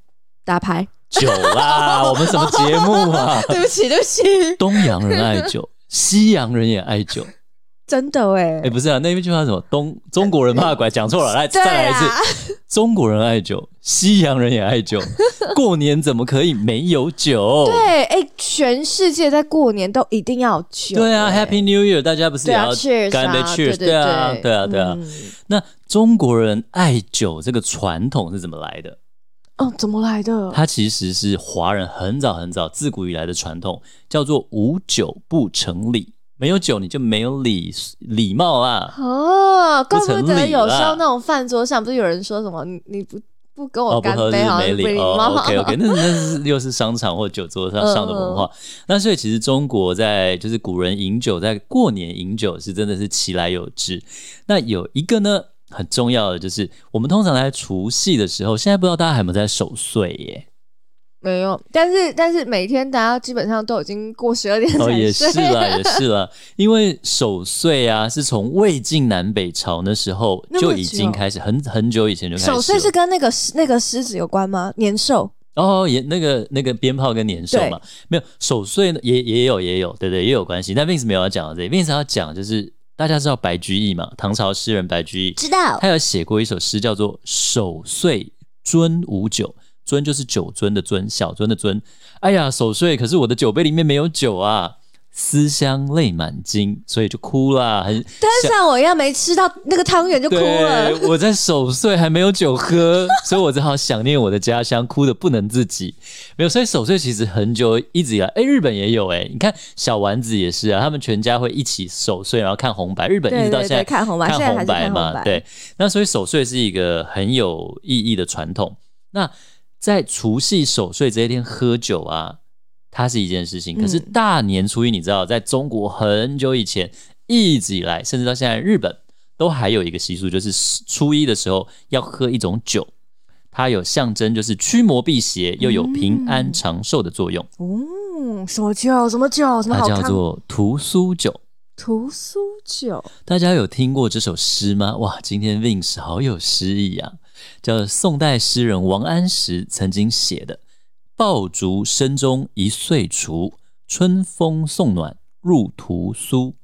Speaker 2: 打牌。
Speaker 1: 酒啦， 我们什么节目啊？
Speaker 2: 对不起，对不起，
Speaker 1: 东洋人爱酒，西洋人也爱酒，
Speaker 2: 真的哎、
Speaker 1: 哎，不是啊，那一句话是什么？东中国人怕拐，讲 错了，来
Speaker 2: 对
Speaker 1: 再来一次。
Speaker 2: 啊，
Speaker 1: 中国人爱酒，西洋人也爱 酒，过年怎么可以没有酒？
Speaker 2: 对，哎、全世界在过年都一定要有酒、
Speaker 1: 对啊
Speaker 2: 哎
Speaker 1: ，Happy New Year，大家不是
Speaker 2: 对
Speaker 1: 也
Speaker 2: 啊
Speaker 1: 要
Speaker 2: ，Cheers，
Speaker 1: 干杯
Speaker 2: 啊
Speaker 1: Cheers？
Speaker 2: 对对
Speaker 1: 啊，
Speaker 2: 对
Speaker 1: 对啊，对啊。
Speaker 2: 嗯
Speaker 1: 那中国人爱酒这个传统是怎么来的？
Speaker 2: 哦，怎么来的？
Speaker 1: 它其实是华人很早很早自古以来的传统，叫做无酒不成礼。没有酒你就没有礼礼貌啦。
Speaker 2: 哦，怪不
Speaker 1: 不成
Speaker 2: 得
Speaker 1: 礼
Speaker 2: 有时候
Speaker 1: 啦
Speaker 2: 那种饭桌上不是有人说什么你你不不跟我
Speaker 1: 哦，不
Speaker 2: 干
Speaker 1: 喝就
Speaker 2: 杯，
Speaker 1: 是
Speaker 2: 好
Speaker 1: 没
Speaker 2: 像不礼
Speaker 1: 礼哦。
Speaker 2: 貌。嗯
Speaker 1: OK OK，那那是又是商场或酒桌上上的文化。那所以其实中国在就是古人饮酒，在过年饮酒是真的是其来有之。那有一个呢很重要的就是，我们通常在除夕的时候，现在不知道大家有没有在守岁耶？
Speaker 2: 没有，但是但是每天大家基本上都已经过十二点才
Speaker 1: 哦，
Speaker 2: 睡，
Speaker 1: 也是啦，也是啦，因为守岁啊，是从魏晋南北朝那时候
Speaker 2: 那么
Speaker 1: 就已经
Speaker 2: 久
Speaker 1: 开始，很很久以前就开始了。
Speaker 2: 守岁是跟那个狮那个狮子有关吗？年兽
Speaker 1: 哦，也那个那个鞭炮跟年兽嘛，没有守岁呢也也有也有，对对也有关系。但 Vince 没有要讲到这里，Vince 要讲就是大家知道白居易嘛，唐朝诗人白居易，
Speaker 2: 道
Speaker 1: 他有写过一首诗叫做《守岁樽无酒》，樽就是酒樽的樽，小樽的樽。哎呀，守岁，可是我的酒杯里面没有酒啊，思乡泪满襟，所以就哭啦，很
Speaker 2: 但像我一样没吃到那个汤圆就哭了。
Speaker 1: 对，我在守岁还没有酒 喝，所以我只好想念我的家乡，哭的不能自己。没有，所以守岁其实很久一直以来，哎、日本也有哎、你看小丸子也是啊，他们全家会一起守岁，然后看红白。日本一直
Speaker 2: 对
Speaker 1: 到
Speaker 2: 对
Speaker 1: 现在
Speaker 2: 对，看红白，现在还
Speaker 1: 红
Speaker 2: 是看
Speaker 1: 白
Speaker 2: 红
Speaker 1: 嘛，
Speaker 2: 白。
Speaker 1: 对。那所以守岁是一个很有意义的传统。那在除夕守岁这一天喝酒啊，它是一件事情。可是
Speaker 2: 嗯
Speaker 1: 大年初一，你知道，在中国很久以前一直以来，甚至到现在日本都还有一个习俗，就是初一的时候要喝一种酒。它有象征，就是驱魔辟邪，又有平安
Speaker 2: 嗯
Speaker 1: 长寿的作用。
Speaker 2: 嗯，什么酒？什么酒？什么
Speaker 1: 它
Speaker 2: 好
Speaker 1: 叫
Speaker 2: 看？
Speaker 1: 做屠苏酒。
Speaker 2: 屠苏酒。
Speaker 1: 大家有听过这首诗吗？哇，今天 Vince 好有诗意啊！叫宋代诗人王安石曾经写的“爆竹声中一岁除，春风送暖入屠苏”。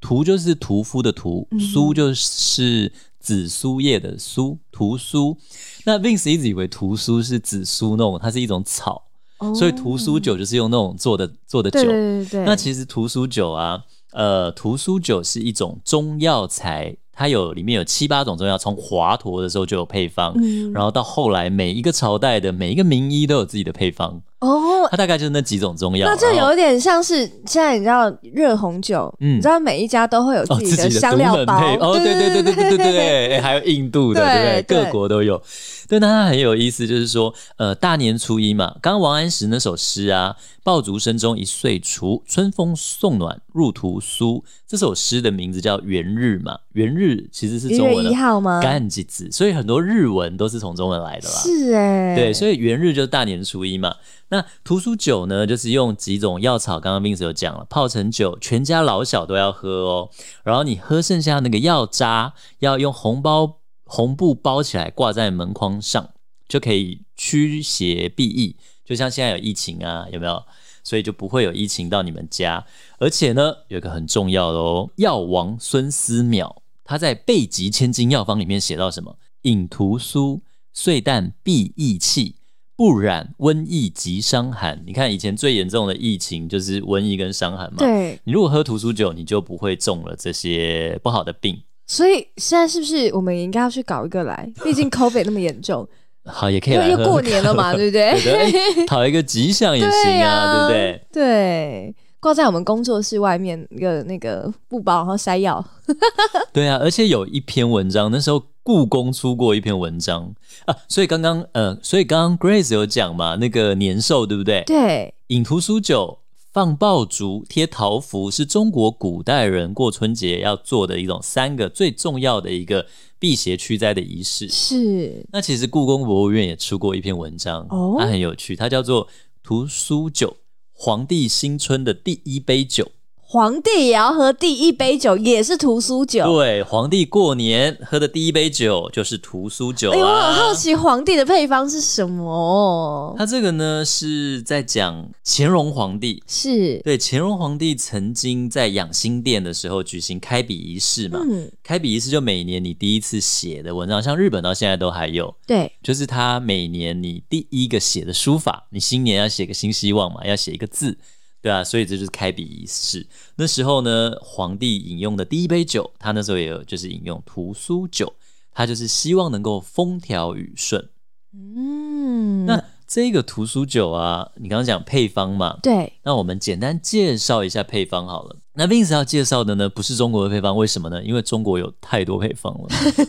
Speaker 1: 屠就是屠夫的屠
Speaker 2: 嗯，
Speaker 1: 苏就是紫苏叶的苏，屠苏。那 Vince 一直以为屠苏是紫苏那种，它是一种草，
Speaker 2: 哦
Speaker 1: 所以屠苏酒就是用那种做的做的酒。
Speaker 2: 对对对对。
Speaker 1: 那其实屠苏酒啊，呃，屠苏酒是一种中药材，它有里面有七八种中药，从华佗的时候就有配方。
Speaker 2: 嗯，
Speaker 1: 然后到后来，每一个朝代的每一个名医都有自己的配方，
Speaker 2: 哦，
Speaker 1: 它大概就是那几种中药。啊
Speaker 2: 那这
Speaker 1: 然后
Speaker 2: 有点像是现在你知道热红酒，
Speaker 1: 嗯
Speaker 2: 你知道每一家都会有
Speaker 1: 哦
Speaker 2: 己的
Speaker 1: 的
Speaker 2: 香
Speaker 1: 独
Speaker 2: 料
Speaker 1: 门
Speaker 2: 包
Speaker 1: 配，哦，对
Speaker 2: 对
Speaker 1: 对对对
Speaker 2: 对
Speaker 1: 对对对对，哎还有印度的，对
Speaker 2: 对
Speaker 1: 不对？
Speaker 2: 对
Speaker 1: 各国都有。对，那它很有意思，就是说，呃，大年初一嘛，刚刚王安石那首诗啊，“爆竹声中一岁除，春风送暖入屠苏”，这首诗的名字叫元日嘛，元日其实是
Speaker 2: 一
Speaker 1: 中
Speaker 2: 月
Speaker 1: 文的
Speaker 2: 一号吗？
Speaker 1: 干季子，所以很多日文都是从中文来的啦。
Speaker 2: 是哎，
Speaker 1: 对，所以元日就是大年初一嘛。那屠苏酒呢，就是用几种药草，刚刚 Vince 有讲了，泡成酒，全家老小都要喝哦。然后你喝剩下那个药渣，要用红包红布包起来，挂在门框上，就可以驱邪避疫。就像现在有疫情啊，有没有？所以就不会有疫情到你们家。而且呢，有一个很重要的哦，药王孙思邈他在《备急千金药方》里面写到什么？饮屠苏，岁旦避疫气，不染瘟疫及伤寒。你看以前最严重的疫情就是瘟疫跟伤寒嘛。
Speaker 2: 对，
Speaker 1: 你如果喝屠苏酒，你就不会中了这些不好的病。
Speaker 2: 所以现在是不是我们也应该要去搞一个 来？毕竟 COVID 那么严重，
Speaker 1: 好，也可以
Speaker 2: 因
Speaker 1: 来
Speaker 2: 为
Speaker 1: 喝
Speaker 2: 又
Speaker 1: 喝
Speaker 2: 过年 了嘛，对不
Speaker 1: 看，对
Speaker 2: 对？
Speaker 1: 的哎讨一个吉祥也行 啊，对
Speaker 2: 呀，
Speaker 1: 不对？？
Speaker 2: 对，挂在我们工作室外面一个那个布包，然后塞药。
Speaker 1: 对啊，而且有一篇文章，那时候故宫出过一篇文章啊，所以刚刚呃，所以刚刚 Grace 有讲嘛，那个年兽对不对？
Speaker 2: 对，
Speaker 1: 饮屠苏酒、放爆竹、贴桃符，是中国古代人过春节要做的一种三个最重要的一个辟邪驱灾的仪式。
Speaker 2: 是
Speaker 1: 那其实故宫博物院也出过一篇文章，
Speaker 2: 哦
Speaker 1: 它很有趣，它叫做《屠苏酒：皇帝新春的第一杯酒》。
Speaker 2: 皇帝也要喝第一杯酒，也是屠苏酒。
Speaker 1: 对，皇帝过年喝的第一杯酒就是屠苏酒
Speaker 2: 哎、我
Speaker 1: 啊。
Speaker 2: 很好奇皇帝的配方是什么哦？
Speaker 1: 他这个呢是在讲乾隆皇帝。
Speaker 2: 是，
Speaker 1: 对，乾隆皇帝曾经在养心殿的时候举行开笔仪式嘛。
Speaker 2: 嗯，
Speaker 1: 开笔仪式就每年你第一次写的文章，像日本到现在都还有，
Speaker 2: 对，
Speaker 1: 就是他每年你第一个写的书法，你新年要写个新希望嘛，要写一个字，对啊，所以这就是开笔仪式。那时候呢，皇帝饮用的第一杯酒，他那时候也有就是饮用屠苏酒，他就是希望能够风调雨顺。
Speaker 2: 嗯，
Speaker 1: 那这个屠苏酒啊，你刚刚讲配方嘛，
Speaker 2: 对，
Speaker 1: 那我们简单介绍一下配方好了。那 Vince 要介绍的呢，不是中国的配方，为什么呢？因为中国有太多配方了。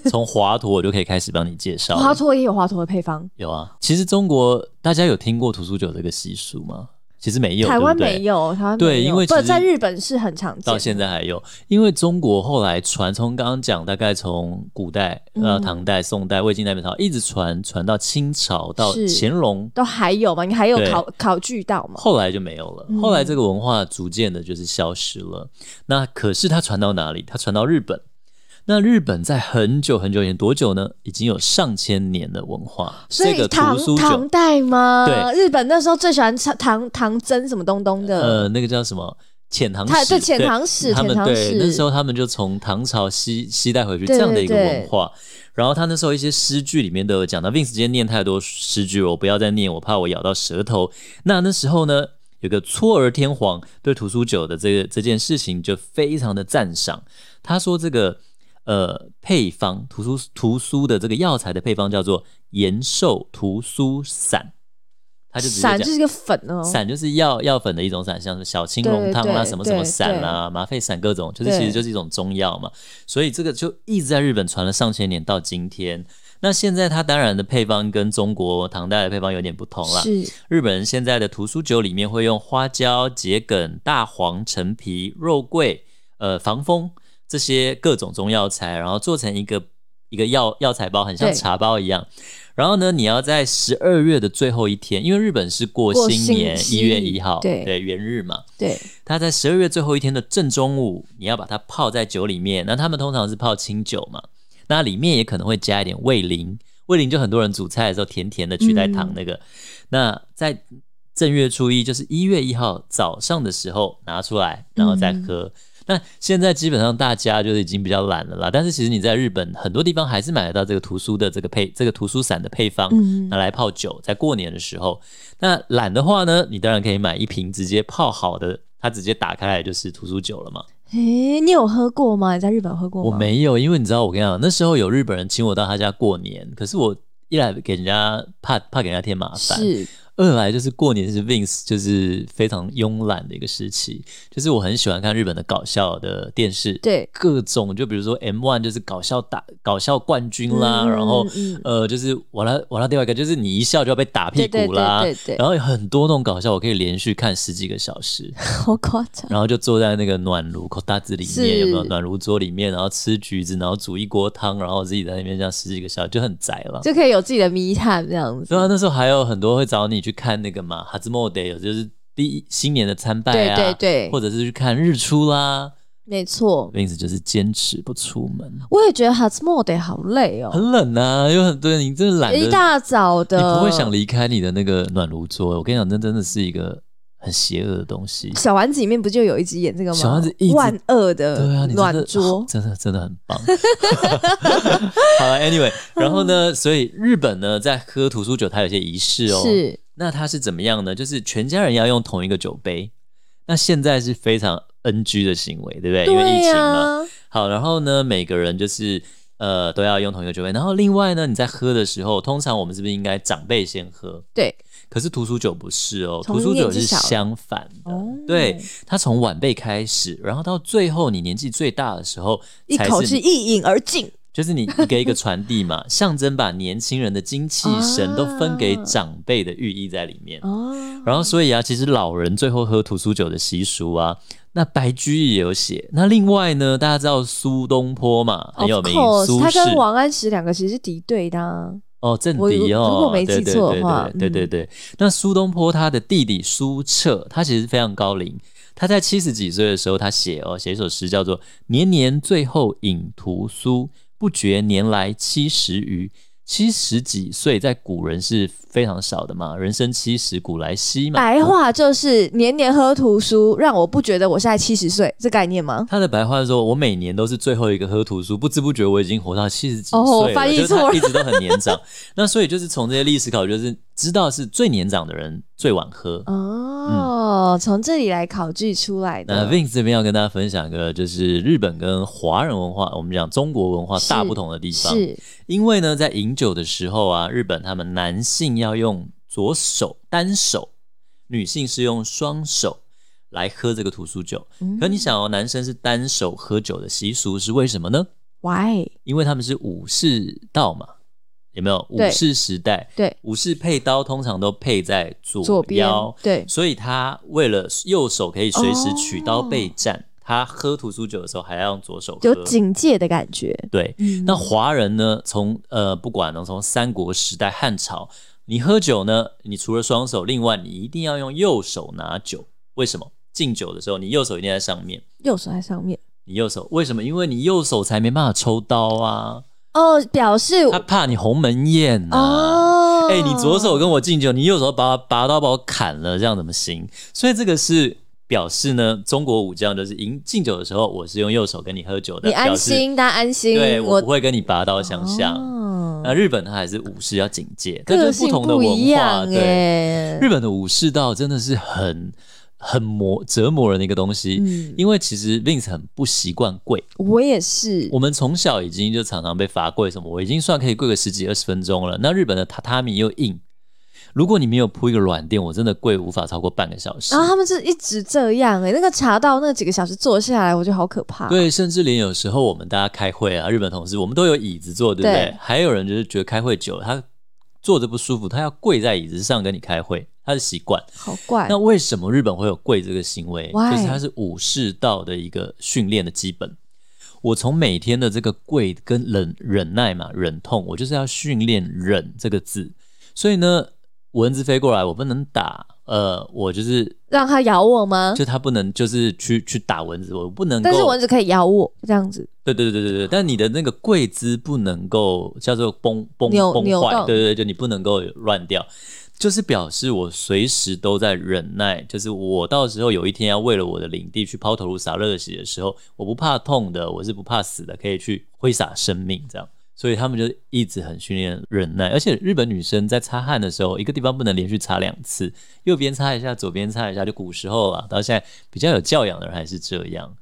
Speaker 1: 从华佗我就可以开始帮你介绍了。
Speaker 2: 华佗也有华佗的配方，
Speaker 1: 有啊，其实中国大家有听过屠苏酒这个习俗吗？其实没有，
Speaker 2: 台湾
Speaker 1: 对不对
Speaker 2: 没有，台湾
Speaker 1: 对
Speaker 2: 没有
Speaker 1: 因为
Speaker 2: 不
Speaker 1: 其实
Speaker 2: 在日本是很常见
Speaker 1: 到
Speaker 2: 的，
Speaker 1: 现在还有，因为中国后来传，从刚刚讲，大概从古代、呃
Speaker 2: 嗯
Speaker 1: 唐代、宋代、魏晋南北朝一直传传到清朝，到
Speaker 2: 是
Speaker 1: 乾隆，
Speaker 2: 都还有嘛？你还有
Speaker 1: 对
Speaker 2: 考考据到嘛？
Speaker 1: 后来就没有了。
Speaker 2: 嗯
Speaker 1: 后来这个文化逐渐的就是消失了。那可是它传到哪里？它传到日本。那日本在很久很久以前，多久呢？已经有上千年的文化。
Speaker 2: 所
Speaker 1: 这
Speaker 2: 以
Speaker 1: 个
Speaker 2: 唐
Speaker 1: 屠苏
Speaker 2: 唐
Speaker 1: 酒，
Speaker 2: 代吗？
Speaker 1: 对
Speaker 2: 日本那时候最喜欢唱唐唐僧什么东东的，
Speaker 1: 呃，那个叫什么？遣唐
Speaker 2: 他
Speaker 1: 使，
Speaker 2: 对遣唐使，
Speaker 1: 他
Speaker 2: 遣
Speaker 1: 们
Speaker 2: 唐
Speaker 1: 对那时
Speaker 2: 使，
Speaker 1: 候他们就从唐朝西西带回去
Speaker 2: 对
Speaker 1: 这样的一个
Speaker 2: 对
Speaker 1: 文化。然后他那时候一些诗句里面都有讲到，Vince 今天念太多诗句了，我不要再念，我怕我咬到舌头。那那时候呢，有个嵯峨天皇对屠苏酒的这个这件事情就非常的赞赏，他说这个呃配方屠苏屠苏的这个药材的配方叫做延寿屠苏散，他就直接
Speaker 2: 伞
Speaker 1: 讲
Speaker 2: 就是个粉哦，
Speaker 1: 散就是药药粉的一种散，像是小青龙汤
Speaker 2: 对
Speaker 1: 啦、
Speaker 2: 对
Speaker 1: 什么什么散啦、麻沸散各种，就是
Speaker 2: 对
Speaker 1: 其实就是一种中药嘛。所以这个就一直在日本传了上千年到今天。那现在它当然的配方跟中国唐代的配方有点不同啦。
Speaker 2: 是
Speaker 1: 日本人现在的屠苏酒里面会用花椒、桔梗、大黄、陈皮、肉桂、呃防风这些各种中药材，然后做成一个一个药药材包，很像
Speaker 2: 对
Speaker 1: 茶包一样。然后呢，你要在十二月的最后一天，因为日本是过
Speaker 2: 过
Speaker 1: 新年
Speaker 2: 新
Speaker 1: 一
Speaker 2: 历
Speaker 1: 月一号，
Speaker 2: 对
Speaker 1: 元日嘛，
Speaker 2: 对，
Speaker 1: 它在十二月最后一天的正中午，你要把它泡在酒里面。那他们通常是泡清酒嘛，那里面也可能会加一点味淋，味淋就很多人煮菜的时候甜甜的取代糖那个。那在正月初一，就是一月一号早上的时候拿出来，然后再喝。那现在基本上大家就是已经比较懒了啦，但是其实你在日本很多地方还是买得到这个屠苏的这个配这个屠苏散的配方，
Speaker 2: 嗯
Speaker 1: 拿来泡酒，在过年的时候。那懒的话呢，你当然可以买一瓶直接泡好的，它直接打开来就是屠苏酒了嘛。
Speaker 2: 诶，你有喝过吗？你在日本喝过
Speaker 1: 我
Speaker 2: 吗？
Speaker 1: 没有，因为你知道，我跟你讲，那时候有日本人请我到他家过年，可是我一来给人家怕怕给人家添麻烦，
Speaker 2: 是
Speaker 1: 二来就是过年是 Vince 就是非常慵懒的一个时期，就是我很喜欢看日本的搞笑的电视，
Speaker 2: 对
Speaker 1: 各种就比如说 M One 就是搞笑打搞笑冠军啦，
Speaker 2: 嗯
Speaker 1: 然后
Speaker 2: 嗯
Speaker 1: 呃就是我拉我拉第外一个就是你一笑就要被打屁
Speaker 2: 对对
Speaker 1: 股啦，
Speaker 2: 对对对，
Speaker 1: 然后有很多那种搞笑，我可以连续看十几个小 时，
Speaker 2: 好夸张，
Speaker 1: 然后就坐在那个暖炉口大子里
Speaker 2: 是
Speaker 1: 面，有没有暖炉桌里面，然后吃橘子，然后煮一锅汤，然后自己在那边这样十几个小时，就很宅了。
Speaker 2: 就可以有自己的迷探这样子
Speaker 1: 对。啊，那时候还有很多会找你去看那个嘛，哈兹莫德，就是第一新年的参拜啊，
Speaker 2: 对对对
Speaker 1: 或者是去看日出啦。
Speaker 2: 没错，
Speaker 1: Vince 就是坚持不出门，
Speaker 2: 我也觉得 h a t s m o d 好累哦，
Speaker 1: 很冷啊，有很多人你真的懒得，
Speaker 2: 一大早的，
Speaker 1: 你不会想离开你的那个暖炉桌。欸我跟你讲，那真的是一个很邪恶的东西。
Speaker 2: 小丸子里面不就有一集演这个吗？
Speaker 1: 小丸子一直
Speaker 2: 万恶的
Speaker 1: 对啊，你真的，
Speaker 2: 呃暖桌
Speaker 1: 真的真的很棒。 好了，anyway，然后呢，所以日本呢，在喝屠苏酒，它有些仪式哦。，
Speaker 2: 是
Speaker 1: 那它是怎么样呢？就是全家人要用同一个酒杯。那现在是非常 NG 的行为，对不对？因为疫
Speaker 2: 对
Speaker 1: 情
Speaker 2: 呀、
Speaker 1: 嘛。好，然后呢，每个人就是呃都要用同一个酒杯。然后另外呢，你在喝的时候，通常我们是不是应该长辈先喝？
Speaker 2: 对，
Speaker 1: 可是屠苏酒不是哦，
Speaker 2: 从
Speaker 1: 屠苏酒
Speaker 2: 年纪
Speaker 1: 是
Speaker 2: 小的
Speaker 1: 相反的。
Speaker 2: 哦
Speaker 1: 对，它从晚辈开始，然后到最后你年纪最大的时候，
Speaker 2: 一
Speaker 1: 才
Speaker 2: 口
Speaker 1: 是
Speaker 2: 气一饮而尽，
Speaker 1: 就是你一个一个传递嘛， 象征把年轻人的精气
Speaker 2: 啊
Speaker 1: 神都分给长辈的寓意在里面。
Speaker 2: 哦，
Speaker 1: 然后所以啊，其实老人最后喝屠苏酒的习俗啊，那白居易也有写。那另外呢，大家知道苏东坡嘛，很有名
Speaker 2: Of course，
Speaker 1: 苏
Speaker 2: 他
Speaker 1: 轼
Speaker 2: 跟王安石两个其实是敌对的、啊，
Speaker 1: 哦，正
Speaker 2: 我
Speaker 1: 敌
Speaker 2: 如
Speaker 1: 哦，
Speaker 2: 如果没
Speaker 1: 对
Speaker 2: 记
Speaker 1: 对
Speaker 2: 错的
Speaker 1: 对
Speaker 2: 话嗯
Speaker 1: 对对对对。那苏东坡他的弟弟苏辙，他其实非常高龄，他在七十几岁的时候，他写哦，写一首诗叫做《年年最后饮屠苏，不觉年来七十余》。七十几岁在古人是非常少的嘛，人生七十古来稀嘛。
Speaker 2: 白话就是年年喝屠苏，让我不觉得我现在七十岁，这概念吗？
Speaker 1: 他的白话是说，我每年都是最后一个喝屠苏，不知不觉我已经活到七十几岁了，
Speaker 2: 哦翻译
Speaker 1: 就是
Speaker 2: 错
Speaker 1: 他
Speaker 2: 了
Speaker 1: 一直都很年长。那所以就是从这些历史考，就是知道是最年长的人最晚喝。
Speaker 2: 哦，从这里来考据出来
Speaker 1: 那
Speaker 2: 的。
Speaker 1: Vince 这边要跟大家分享一个，就是日本跟华人文化，我们讲中国文化
Speaker 2: 是
Speaker 1: 大不同的地方。
Speaker 2: 是
Speaker 1: 因为呢，在饮酒的时候啊，日本他们男性要用左手单手，女性是用双手来喝这个屠苏酒。
Speaker 2: 嗯
Speaker 1: 可你想哦，男生是单手喝酒的习俗是为什么呢？
Speaker 2: 嗯，why？
Speaker 1: 因为他们是武士道嘛，有没有？武
Speaker 2: 对
Speaker 1: 士时代，
Speaker 2: 对，
Speaker 1: 武士配刀通常都配在
Speaker 2: 左
Speaker 1: 左
Speaker 2: 边
Speaker 1: 腰，
Speaker 2: 对
Speaker 1: 所以他为了右手可以随时
Speaker 2: 哦
Speaker 1: 取刀备战，他喝屠苏酒的时候还要用左手喝。
Speaker 2: 有警戒的感觉。
Speaker 1: 对，
Speaker 2: 嗯
Speaker 1: 那华人呢，从呃不管呢，从三国时代汉朝，你喝酒呢，你除了双手，另外你一定要用右手拿酒。为什么？敬酒的时候，你右手一定在上面。
Speaker 2: 右手在上面
Speaker 1: 你右手为什么？因为你右手才没办法抽刀啊，
Speaker 2: 哦，表示
Speaker 1: 他怕你鸿门宴啊。
Speaker 2: 哦，
Speaker 1: 哎、你左手跟我敬酒，你右手把拔刀把我砍了，这样怎么行？所以这个是表示呢，中国武将就是饮敬酒的时候，我是用右手跟你喝酒的，
Speaker 2: 你安
Speaker 1: 表示，
Speaker 2: 心，大家安心，
Speaker 1: 对我不会跟你拔刀相向。
Speaker 2: 哦
Speaker 1: 那日本它还是武士要警戒，但
Speaker 2: 个
Speaker 1: 就是
Speaker 2: 性
Speaker 1: 同的文
Speaker 2: 一
Speaker 1: 化。
Speaker 2: 样哎
Speaker 1: 对，
Speaker 2: 耶。
Speaker 1: 日本的武士道真的是很很磨折磨人的一个东西，
Speaker 2: 嗯
Speaker 1: 因为其实 Vince 很不习惯跪。
Speaker 2: 我也是
Speaker 1: 我，们从小已经就常常被罚跪什么，我已经算可以跪个十几二十分钟了。那日本的榻榻米又硬，如果你没有铺一个软垫，我真的跪无法超过半个小时。
Speaker 2: 然后他们是一直这样哎、那个茶道那几个小时坐下来，我觉得好可怕。
Speaker 1: 对，甚至连有时候我们大家开会啊，日本同事我们都有椅子坐，对不对？
Speaker 2: 对
Speaker 1: 还有人就是觉得开会久了，他坐着不舒服，他要跪在椅子上跟你开会，他的习惯。
Speaker 2: 好怪
Speaker 1: 那。为什么日本会有跪这个行为
Speaker 2: Why？
Speaker 1: 就是它是武士道的一个训练的基本。我从每天的这个跪跟忍忍耐嘛，忍痛，我就是要训练忍这个字。所以呢，蚊子飞过来，我不能打，呃，我就是
Speaker 2: 让它咬我吗？
Speaker 1: 就它不能就是去去打蚊子，我不能够。
Speaker 2: 嗯但是蚊子可以咬我，这样子
Speaker 1: 对对对对对，但你的那个跪姿不能够叫做崩崩
Speaker 2: 扭
Speaker 1: 崩
Speaker 2: 扭
Speaker 1: 坏，
Speaker 2: 动
Speaker 1: 对对对，就你不能够乱掉，就是表示我随时都在忍耐，就是我到时候有一天要为了我的领地去抛头颅洒热血的时候，我不怕痛的，我是不怕死的，可以去挥洒生命这样。所以他们就一直很训练忍耐，而且日本女生在擦汗的时候，一个地方不能连续擦两次，右边擦一下，左边擦一下，就古时候啊，到现在比较有教养的人还是这样。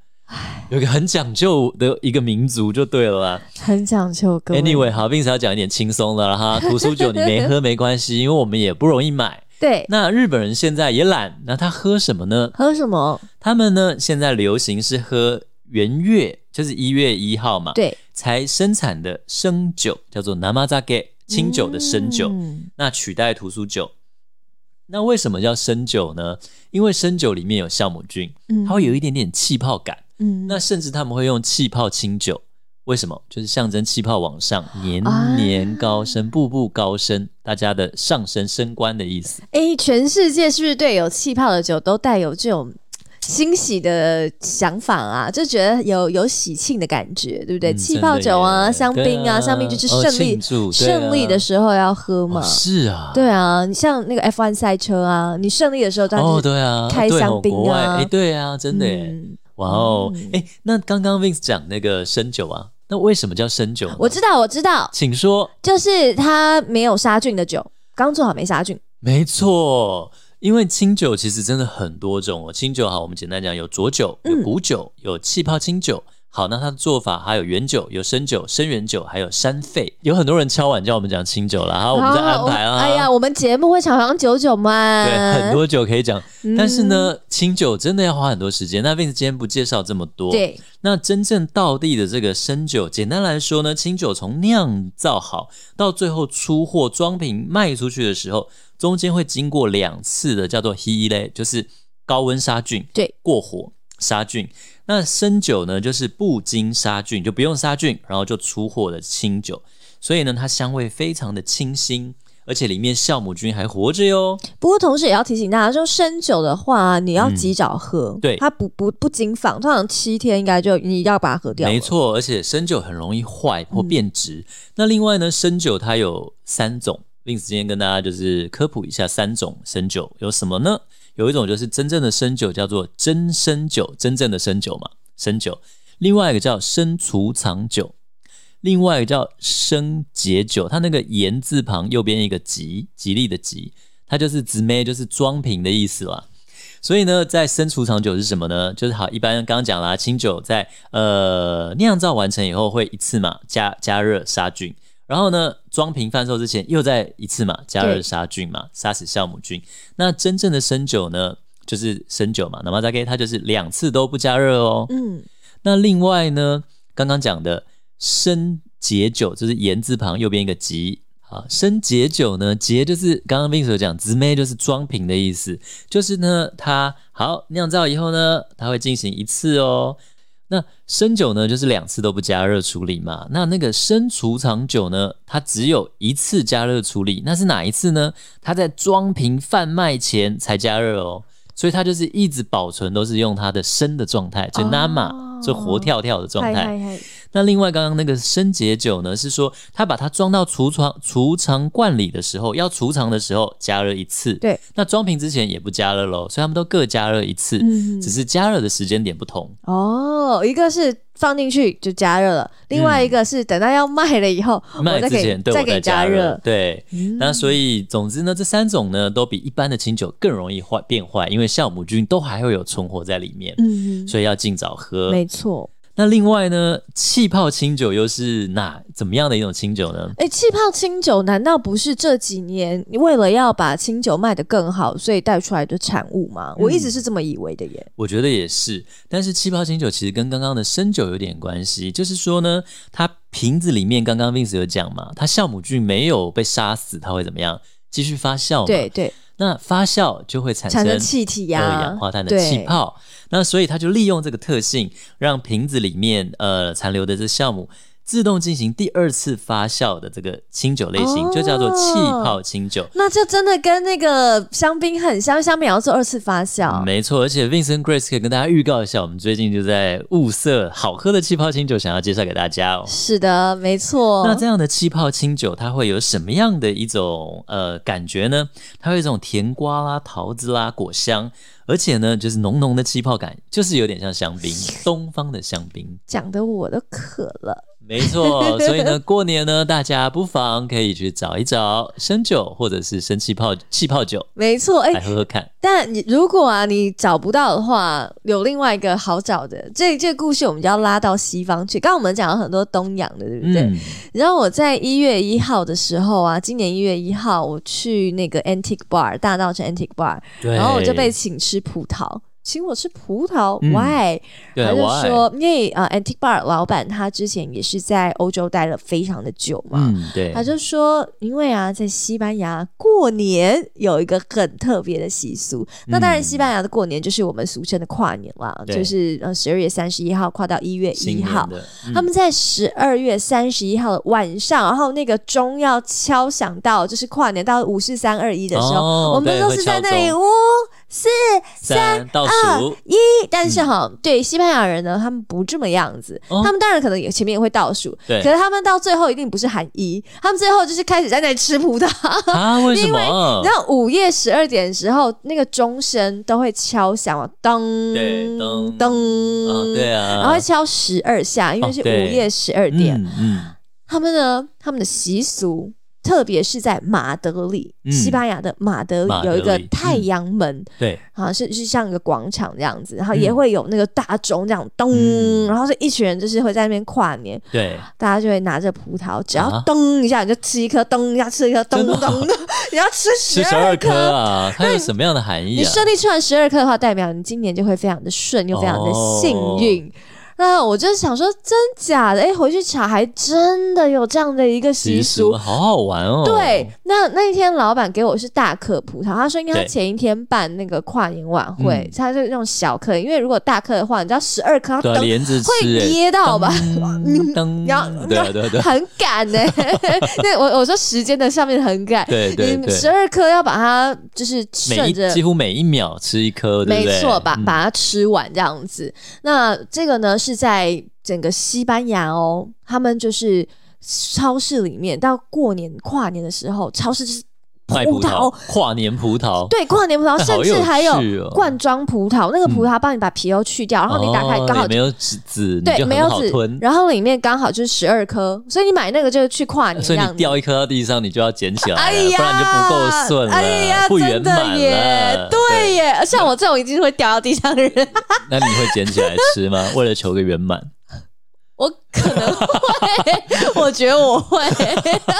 Speaker 1: 有一个很讲究的一个民族就对了啦。
Speaker 2: 很讲究各位
Speaker 1: Anyway，好，并且要讲一点轻松的啦哈。图书酒你没喝没关系，因为我们也不容易买。
Speaker 2: 对，
Speaker 1: 那日本人现在也懒，那他喝什么呢？
Speaker 2: 喝什么？
Speaker 1: 他们呢现在流行是喝元月，就是一月一号嘛，
Speaker 2: 对，
Speaker 1: 才生产的生酒叫做 namazake 清酒的生酒。
Speaker 2: 嗯
Speaker 1: 那取代屠苏酒。那为什么叫生酒呢？因为生酒里面有酵母菌，
Speaker 2: 嗯
Speaker 1: 它会有一点点气泡感。
Speaker 2: 嗯
Speaker 1: 那甚至他们会用气泡清酒，为什么？就是象征气泡往上，年
Speaker 2: 啊
Speaker 1: 年高升，步步高升，大家的上升升官的意思。
Speaker 2: 哎，全世界是不是对有气泡的酒都带有这种欣喜的想法啊？就觉得有有喜庆的感觉，对不对？
Speaker 1: 嗯
Speaker 2: 气泡酒啊，香槟啊，香槟就是胜利、
Speaker 1: 哦
Speaker 2: 胜利的时候要喝
Speaker 1: 候
Speaker 2: 嘛。
Speaker 1: 啊是啊，
Speaker 2: 对啊，你像那个 F1 赛车啊，你胜利的时候当然就
Speaker 1: 哦，
Speaker 2: 是
Speaker 1: 对啊，
Speaker 2: 开
Speaker 1: 对哦
Speaker 2: 香槟啊
Speaker 1: 国外哎，对啊，真的耶，
Speaker 2: 嗯
Speaker 1: 哇哦，哎，那刚刚 Vince 讲那个生酒啊，那为什么叫生酒呢？
Speaker 2: 我知道，我知道，
Speaker 1: 请说。
Speaker 2: 就是它没有杀菌的酒，刚做好没杀菌。
Speaker 1: 没错，因为清酒其实真的很多种哦。清酒好，我们简单讲，有浊酒、有
Speaker 2: 嗯
Speaker 1: 古酒、有气泡清酒。好，那它的做法还有原酒、有生酒、生原酒，还有山肺。有很多人敲碗叫我们讲清酒了，好，我们再安排
Speaker 2: 我
Speaker 1: 啊。
Speaker 2: 哎呀，我们节目会常常久久嘛，
Speaker 1: 对，很多酒可以讲，
Speaker 2: 嗯
Speaker 1: 但是呢，清酒真的要花很多时间。那 Vince 今天不介绍这么多，
Speaker 2: 对，
Speaker 1: 那真正道地的这个生酒，简单来说呢，清酒从酿造好到最后出货、装瓶卖出去的时候，中间会经过两次的叫做 heat 嘞，就是高温杀菌，
Speaker 2: 对，
Speaker 1: 过火杀菌。那生酒呢，就是不经杀菌，就不用杀菌，然后就出货的清酒。所以呢，它香味非常的清新，而且里面酵母菌还活着哟。
Speaker 2: 不过同时也要提醒大家，就生酒的话、啊，你要及早喝，
Speaker 1: 嗯对
Speaker 2: 它不不不经放，通常七天应该就你要把它喝掉。
Speaker 1: 没，错，而且生酒很容易坏或变质。那另外呢，生酒它有三种，Vince 今天跟大家就是科普一下三种生酒有什么呢？有一种就是真正的生酒，叫做真生酒，真正的生酒嘛，生酒；另外一个叫生储藏酒，另外一个叫生解酒，它那个言字旁右边一个吉，吉利的吉，它就是直妹，就是装瓶的意思啦。所以呢，在生储藏酒是什么呢？就是好，一般刚刚讲啦，清酒在呃酿造完成以后会一次嘛加加热杀菌，然后呢装瓶贩售之前又再一次嘛加热
Speaker 2: 对
Speaker 1: 杀菌嘛，杀死酵母菌。那真正的生酒呢，就是生酒嘛，那么大概它就是两次都不加热哦。
Speaker 2: 嗯，
Speaker 1: 那另外呢，刚刚讲的生解酒，就是言字旁右边一个吉啊。生解酒呢，解就是刚刚 Vince 有讲，直妹就是装瓶的意思，就是呢，它好酿造以后呢，它会进行一次哦。那生酒呢，就是两次都不加热处理嘛。那那个生储藏酒呢，它只有一次加热处理，那是哪一次呢？它在装瓶贩卖前才加热哦，所以它就是一直保存都是用它的生的状态，就 nama 就活跳跳的状
Speaker 2: 哦嗨
Speaker 1: 态。
Speaker 2: 嗨嗨，
Speaker 1: 那另外刚刚那个生解酒呢，是说他把它装到储藏储藏罐里的时候，要储藏的时候加热一次。
Speaker 2: 对，
Speaker 1: 那装瓶之前也不加热喽，所以他们都各加热一次，
Speaker 2: 嗯
Speaker 1: 只是加热的时间点不同。
Speaker 2: 哦，一个是放进去就加热了，另外一个是等到要卖了以后，我
Speaker 1: 嗯卖
Speaker 2: 再
Speaker 1: 之
Speaker 2: 给
Speaker 1: 前对
Speaker 2: 哦再
Speaker 1: 我
Speaker 2: 给
Speaker 1: 再
Speaker 2: 加
Speaker 1: 热
Speaker 2: 热，。
Speaker 1: 对，
Speaker 2: 嗯
Speaker 1: 那所以总之呢，这三种呢都比一般的清酒更容易坏变坏，因为酵母菌都还会有存活在里面，
Speaker 2: 嗯，
Speaker 1: 所以要尽早喝。
Speaker 2: 没错。
Speaker 1: 那另外呢，气泡清酒又是哪怎么样的一种清酒呢？
Speaker 2: 哎，气泡清酒难道不是这几年为了要把清酒卖得更好，所以带出来的产物吗？我一
Speaker 1: 嗯
Speaker 2: 直是这么以为的耶。
Speaker 1: 我觉得也是，但是气泡清酒其实跟刚刚的生酒有点关系，就是说呢，它瓶子里面刚刚 Vince 有讲嘛，它酵母菌没有被杀死，它会怎么样？继续发酵嘛，
Speaker 2: 对，对，
Speaker 1: 那发酵就哦会产
Speaker 2: 产
Speaker 1: 生
Speaker 2: 生气体呀、
Speaker 1: 二氧化碳的气
Speaker 2: 对。
Speaker 1: 泡，那所以它就利用这个特性，让瓶子里面呃残留的这酵母自动进行第二次发酵的这个清酒类型，就叫做气
Speaker 2: 哦
Speaker 1: 泡清酒。
Speaker 2: 那就真的跟那个香槟很像，香槟也要做二次发酵。
Speaker 1: 没错，而且 Vincent Grace 可以跟大家预告一下，我们最近就在物色好喝的气泡清酒，想要介绍给大家哦。
Speaker 2: 是的，没错。
Speaker 1: 那这样的气泡清酒，它会有什么样的一种呃感觉呢？它会有一种甜瓜啦、桃子啦、果香，而且呢，就是浓浓的气泡感，就是有点像香 槟，东方的香槟。
Speaker 2: 讲的我都渴了。
Speaker 1: 没错，所 以呢，过年呢，大家不妨可以去找一找生酒或者是生气泡气泡酒
Speaker 2: 没错，哎、
Speaker 1: 来喝喝看。
Speaker 2: 但你如果啊你找不到的话，有另外一个好找的。这这个故事我们就要拉到西方去。刚刚我们讲了很多东洋的，对不对？
Speaker 1: 嗯，
Speaker 2: 然后我在一月一号的时候啊，今年一月一号，我去那个 Antique Bar 大道城 Antique Bar，
Speaker 1: 对。
Speaker 2: 然后我就被请吃葡萄，请我吃葡萄、
Speaker 1: 嗯
Speaker 2: w h y
Speaker 1: 对
Speaker 2: 他
Speaker 1: 我爱
Speaker 2: 就说，因为呃 Antique Bar 老板他之前也是在欧洲待了非常的久嘛，
Speaker 1: 嗯，对，
Speaker 2: 他就说，因为啊，在西班牙过年有一个很特别的习俗。那当然，西班牙的过年就是我们俗称的跨年啦，
Speaker 1: 嗯对
Speaker 2: 就是呃十二月三十一号跨到一月
Speaker 1: 新
Speaker 2: 一
Speaker 1: 年
Speaker 2: 号。
Speaker 1: 的，
Speaker 2: 他们在十二月三十一号的晚上，然后那个钟要敲响到就是跨年到五四三二一的时候，
Speaker 1: 哦
Speaker 2: 我们
Speaker 1: 对
Speaker 2: 都
Speaker 1: 会
Speaker 2: 是在
Speaker 1: 敲
Speaker 2: 那里
Speaker 1: 钟
Speaker 2: 五四
Speaker 1: 三倒数，
Speaker 2: 但是哈，对西班牙人呢，他们不这么样子，
Speaker 1: 嗯哦
Speaker 2: 他们当然可能也前面也会倒数，
Speaker 1: 对
Speaker 2: 可是他们到最后一定不是喊一，他们最后就是开始在那里吃葡萄。
Speaker 1: 啊？为什
Speaker 2: 因为
Speaker 1: 么？
Speaker 2: 然后午夜十二点的时候，那个钟声都会敲响嘛，噔
Speaker 1: 对噔
Speaker 2: 噔
Speaker 1: 啊，对啊，
Speaker 2: 然后会敲十二下，因为
Speaker 1: 哦
Speaker 2: 是午
Speaker 1: 对
Speaker 2: 夜十二点。
Speaker 1: 嗯嗯，
Speaker 2: 他们呢，他们的习俗，特别是在马德里，
Speaker 1: 嗯
Speaker 2: 西班牙的马德里
Speaker 1: 马德
Speaker 2: 有
Speaker 1: 里嗯
Speaker 2: 一个太阳门，
Speaker 1: 对，
Speaker 2: 啊，是是像一个广场这样子，然后
Speaker 1: 嗯
Speaker 2: 也会有那个大钟这样咚，
Speaker 1: 嗯
Speaker 2: 然后是一群人就是会在那边跨年，
Speaker 1: 对，
Speaker 2: 大家就会拿着葡萄，只要
Speaker 1: 啊
Speaker 2: 咚一下你就吃一颗，咚一下吃一颗，咚
Speaker 1: 真的
Speaker 2: 咚咚， 你要吃
Speaker 1: 是
Speaker 2: 十
Speaker 1: 十
Speaker 2: 二
Speaker 1: 二颗啊，它有什么样的含义
Speaker 2: 你
Speaker 1: 啊？哦
Speaker 2: 顺利吃完十二颗的话，代表你今年就会非常的顺，又非常的幸运。那我就想说，真假的？哎、回去查还真的有这样的一个习
Speaker 1: 习
Speaker 2: 俗
Speaker 1: 俗。好好玩哦。
Speaker 2: 对，，那那一天老板给我是大客葡萄，他说因为他
Speaker 1: 对
Speaker 2: 前一天办那个跨年晚会，
Speaker 1: 嗯
Speaker 2: 他就用小客，因为如果大客的话，你知道十二颗
Speaker 1: 对啊，
Speaker 2: 等
Speaker 1: 帘子吃
Speaker 2: 会
Speaker 1: 哎，
Speaker 2: 噎到吧？
Speaker 1: 噔？噔，
Speaker 2: 然后
Speaker 1: 对啊对啊对啊
Speaker 2: 很赶呢、 那我我说时间的上面很赶，
Speaker 1: 对对
Speaker 2: 你十
Speaker 1: 对，
Speaker 2: 二颗要把它就是
Speaker 1: 每
Speaker 2: 顺
Speaker 1: 一
Speaker 2: 着
Speaker 1: 几乎每一秒吃一颗，对
Speaker 2: 没
Speaker 1: 不对？
Speaker 2: 错，把
Speaker 1: 嗯
Speaker 2: 把它吃完这样子。那这个呢是在整个西班牙哦，他们就是超市里面到过年跨年的时候，超市就是
Speaker 1: 卖葡萄，跨年葡萄，
Speaker 2: 对，跨年葡萄，甚
Speaker 1: 好
Speaker 2: 至
Speaker 1: 有
Speaker 2: 还有
Speaker 1: 趣哦嗯
Speaker 2: 罐装葡萄，那个葡萄帮你把皮都去掉，然后你打开
Speaker 1: 哦
Speaker 2: 刚好
Speaker 1: 也没有籽籽，你
Speaker 2: 对
Speaker 1: 就
Speaker 2: 没
Speaker 1: 很
Speaker 2: 有
Speaker 1: 好
Speaker 2: 籽
Speaker 1: 吞，。
Speaker 2: 然后里面刚好就是十二颗，所以你买那个就是去跨年这
Speaker 1: 所以
Speaker 2: 样
Speaker 1: 你
Speaker 2: 子。
Speaker 1: 掉一颗到地上，你就要捡起来了，
Speaker 2: 哎呀，
Speaker 1: 不然你就不够顺了，
Speaker 2: 哎呀，
Speaker 1: 不圆
Speaker 2: 真
Speaker 1: 满
Speaker 2: 的耶
Speaker 1: 了。，
Speaker 2: 对耶，像我这种一定会掉到地上的人，
Speaker 1: 那你会捡起来吃 吗？为了求个圆满，
Speaker 2: 我可能会， 我觉得我会，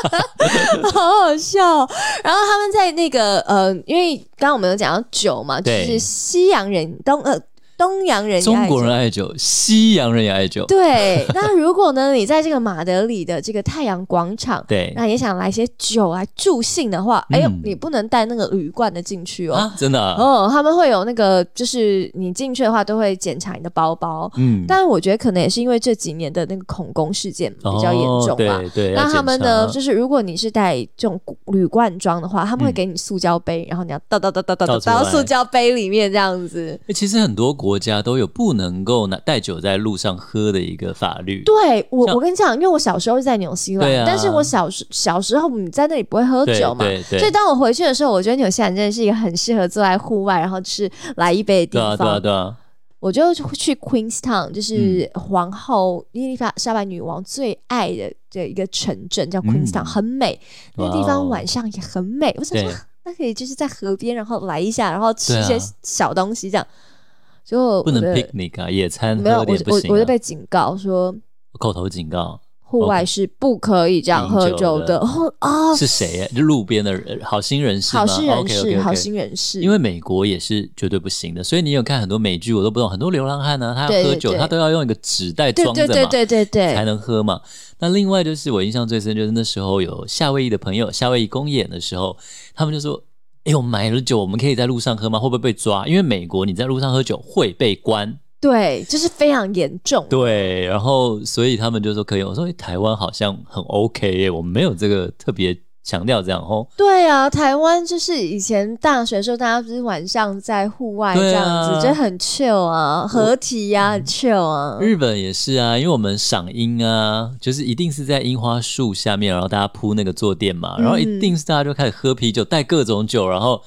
Speaker 2: 好好笑哦、然后他们在那个呃，因为刚刚我们有讲到酒嘛，就
Speaker 1: 对
Speaker 2: 是西洋人东呃东洋人也爱酒
Speaker 1: 中国人爱酒，西洋人也爱
Speaker 2: 哎
Speaker 1: 酒，
Speaker 2: 对。那如果呢，你在这个马德里的这个太阳广场。
Speaker 1: 对
Speaker 2: 那也想来些酒来助兴的话，哎呦，
Speaker 1: 哎嗯
Speaker 2: 你不能带那个铝罐的进去哦。
Speaker 1: 啊，真的啊，
Speaker 2: 哦，他们会有那个，就是你进去的话都会检查你的包包。
Speaker 1: 嗯，
Speaker 2: 但我觉得可能也是因为这几年的那个恐攻事件比较严重
Speaker 1: 哦
Speaker 2: 吧。
Speaker 1: 对对，要
Speaker 2: 那他们呢，
Speaker 1: 检查啊
Speaker 2: 就是如果你是带这种铝罐装的话，他们会
Speaker 1: 嗯
Speaker 2: 给你塑胶杯，然后你要倒倒倒倒倒倒
Speaker 1: 倒出来
Speaker 2: 到塑胶杯里面这样子。
Speaker 1: 欸其实很多国家都有不能够拿带酒在路上喝的一个法律，
Speaker 2: 对我，
Speaker 1: 像
Speaker 2: 我跟你讲，因为我小时候是在纽西兰，
Speaker 1: 对啊
Speaker 2: 但是我小时小时候你在那里不会喝
Speaker 1: 对
Speaker 2: 酒嘛，
Speaker 1: 对
Speaker 2: 所以
Speaker 1: 对，
Speaker 2: 当我回去的时候，我觉得纽西兰真的是一个很适合坐在户外，然后吃来一杯的
Speaker 1: 对
Speaker 2: 地
Speaker 1: 啊
Speaker 2: 方。
Speaker 1: 对啊嗯对啊，
Speaker 2: 我就去 Queenstown，就是皇后伊丽莎白女王最爱的的一个城镇，叫 Queenstown，、
Speaker 1: 嗯
Speaker 2: 很美。那个地
Speaker 1: 哇
Speaker 2: 方
Speaker 1: 哦
Speaker 2: 晚上也很美。我想
Speaker 1: 对
Speaker 2: 说，那可以就是在河边，然后来一下，然后吃一
Speaker 1: 对
Speaker 2: 些
Speaker 1: 啊
Speaker 2: 小东西这样。结果
Speaker 1: 不能
Speaker 2: 我的
Speaker 1: picnic 啊，野餐
Speaker 2: 没有，
Speaker 1: 喝
Speaker 2: 我
Speaker 1: 点
Speaker 2: 就
Speaker 1: 不
Speaker 2: 我
Speaker 1: 行啊，
Speaker 2: 我就被警告说，
Speaker 1: 口头警告。
Speaker 2: 户外是不可以这样喝
Speaker 1: 饮酒
Speaker 2: 的。
Speaker 1: 的
Speaker 2: 然后啊，
Speaker 1: 是谁呀？就路边的人，好心人士吗？
Speaker 2: 好心人
Speaker 1: o k
Speaker 2: 士，
Speaker 1: o k
Speaker 2: 好心人士，
Speaker 1: 因为美国也是绝对不行的，所以你有看很多美剧，我都不懂，很多流浪汉呢、他
Speaker 2: 对
Speaker 1: 要
Speaker 2: 对
Speaker 1: 喝酒，
Speaker 2: 对
Speaker 1: 他都要用一个纸袋
Speaker 2: 对
Speaker 1: 装着
Speaker 2: 对
Speaker 1: 嘛，
Speaker 2: 对对对
Speaker 1: 才
Speaker 2: 对，
Speaker 1: 能喝嘛。那另外就是我印象最深，就是那时候有夏威夷的朋友，夏威夷公演的时候，他们就说：“哎、我们买了酒，我们可以在路上喝吗？会不会被抓？因为美国你在路上喝酒会被关。”
Speaker 2: 对，就是非常严重。
Speaker 1: 对，然后所以他们就说可以。我说、诶台湾好像很 OK 耶，我们没有这个特别强调这样哦。
Speaker 2: 对啊，台湾就是以前大学的时候，大家不是晚上在户外这
Speaker 1: 对
Speaker 2: 样
Speaker 1: 啊嗯
Speaker 2: 子，就很 chill 啊，合体呀、很 chill 啊。
Speaker 1: 日本也是啊，因为我们赏樱啊，就是一定是在樱花树下面，然后大家铺那个坐垫嘛，
Speaker 2: 嗯
Speaker 1: 然后一定是大家就开始喝啤酒，带各种酒，然后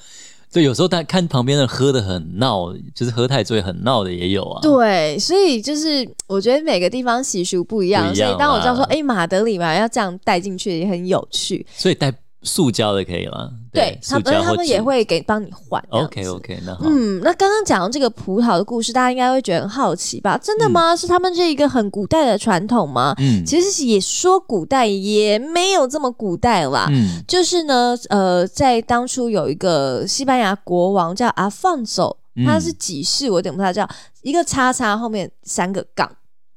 Speaker 1: 就有时候大家看旁边的喝的很闹，就是喝太醉很闹的也有啊。
Speaker 2: 对，所以就是我觉得每个地方习俗不一样，
Speaker 1: 不一
Speaker 2: 所
Speaker 1: 样啊
Speaker 2: 以当我知道说，
Speaker 1: 啦
Speaker 2: 哎、马德里嘛，要这样带进去也很有趣。
Speaker 1: 所以带塑胶的可以吗？
Speaker 2: 对，他
Speaker 1: 塑
Speaker 2: 们
Speaker 1: 胶
Speaker 2: 他
Speaker 1: 或
Speaker 2: 们
Speaker 1: 纸
Speaker 2: 也。会给帮你换。这样子
Speaker 1: OK OK，那好，
Speaker 2: 嗯，那刚刚讲到这个葡萄的故事，大家应该会觉得很好奇吧？真的吗？是他们这一个很古代的传统吗？
Speaker 1: 嗯
Speaker 2: 其实也说古代也没有这么古代啦。
Speaker 1: 嗯
Speaker 2: 就是呢，呃，在当初有一个西班牙国王叫阿放走，
Speaker 1: 嗯
Speaker 2: 他是几世我有点不太知道，一个叉叉后面三个杠。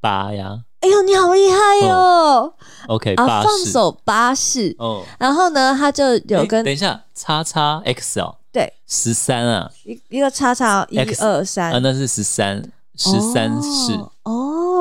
Speaker 1: 八呀
Speaker 2: 哎呦，你好厉害哟、
Speaker 1: ，OK
Speaker 2: 阿
Speaker 1: 哦八
Speaker 2: 啊放
Speaker 1: 是
Speaker 2: 走八世，
Speaker 1: 哦，
Speaker 2: 然后呢，他就有
Speaker 1: 诶
Speaker 2: 跟、
Speaker 1: 等一下叉叉 X 哦，
Speaker 2: 对
Speaker 1: 十三啊
Speaker 2: 一一个叉叉一
Speaker 1: X，
Speaker 2: 二三
Speaker 1: 啊，那是十三十三是。
Speaker 2: 哦，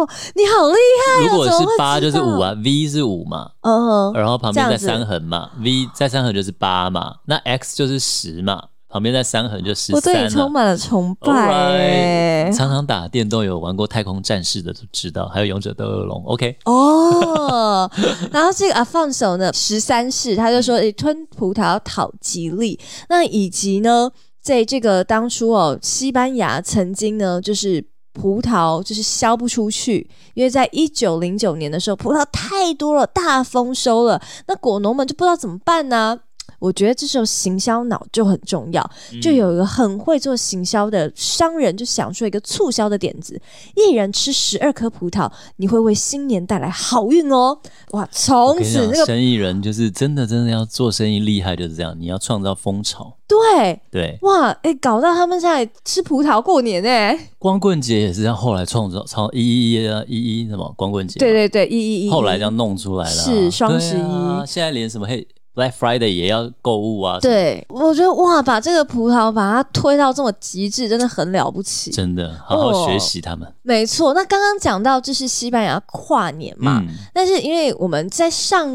Speaker 2: 哦你好厉
Speaker 1: 如果
Speaker 2: 哎怎么
Speaker 1: 是
Speaker 2: 会
Speaker 1: 八就
Speaker 2: 知
Speaker 1: 是五
Speaker 2: 道
Speaker 1: 啊，V 是五嘛，
Speaker 2: 害，嗯哼，
Speaker 1: 然后旁边再
Speaker 2: 这样子
Speaker 1: 三横嘛，V 再三横就是八嘛，那 X 就是十嘛，旁边再三横就十
Speaker 2: 我对
Speaker 1: 三
Speaker 2: 你充
Speaker 1: 了。
Speaker 2: 满了崇拜、
Speaker 1: Alright
Speaker 2: 哎
Speaker 1: 常常打电动有玩过太空战士的都知道，还有勇者斗恶龙。OK，
Speaker 2: 哦，然后这个阿放手呢，十三世他就说，诶吞葡萄讨吉利。那以及呢，在这个当初哦，西班牙曾经呢，就是葡萄就是销不出去，因为在一九零九年的时候，葡萄太多了，大丰收了，那果农们就不知道怎么办呢、我觉得这时候行销脑就很重要，就有一个很会做行销的商人就想出一个促销的点子：一人吃十二颗葡萄，你会为新年带来好运哦！哇，从此那个
Speaker 1: 生意人就是真的真的要做生意厉害就是这样，你要创造风潮。
Speaker 2: 对
Speaker 1: 对，
Speaker 2: 哇，哎、欸，搞到他们在吃葡萄过年哎、欸！
Speaker 1: 光棍节也是要后来创造，创一一啊一一什么光棍节？
Speaker 2: 对对对，一一一，
Speaker 1: 后来这样弄出来了、啊。
Speaker 2: 是双十一、
Speaker 1: 啊，现在连什么嘿。Black Friday 也要购物啊！
Speaker 2: 对，我觉得哇，把这个葡萄把它推到这么极致，真的很了不起。
Speaker 1: 真的，好好学习他们。哦、
Speaker 2: 没错，那刚刚讲到这是西班牙跨年嘛，嗯、但是因为我们在上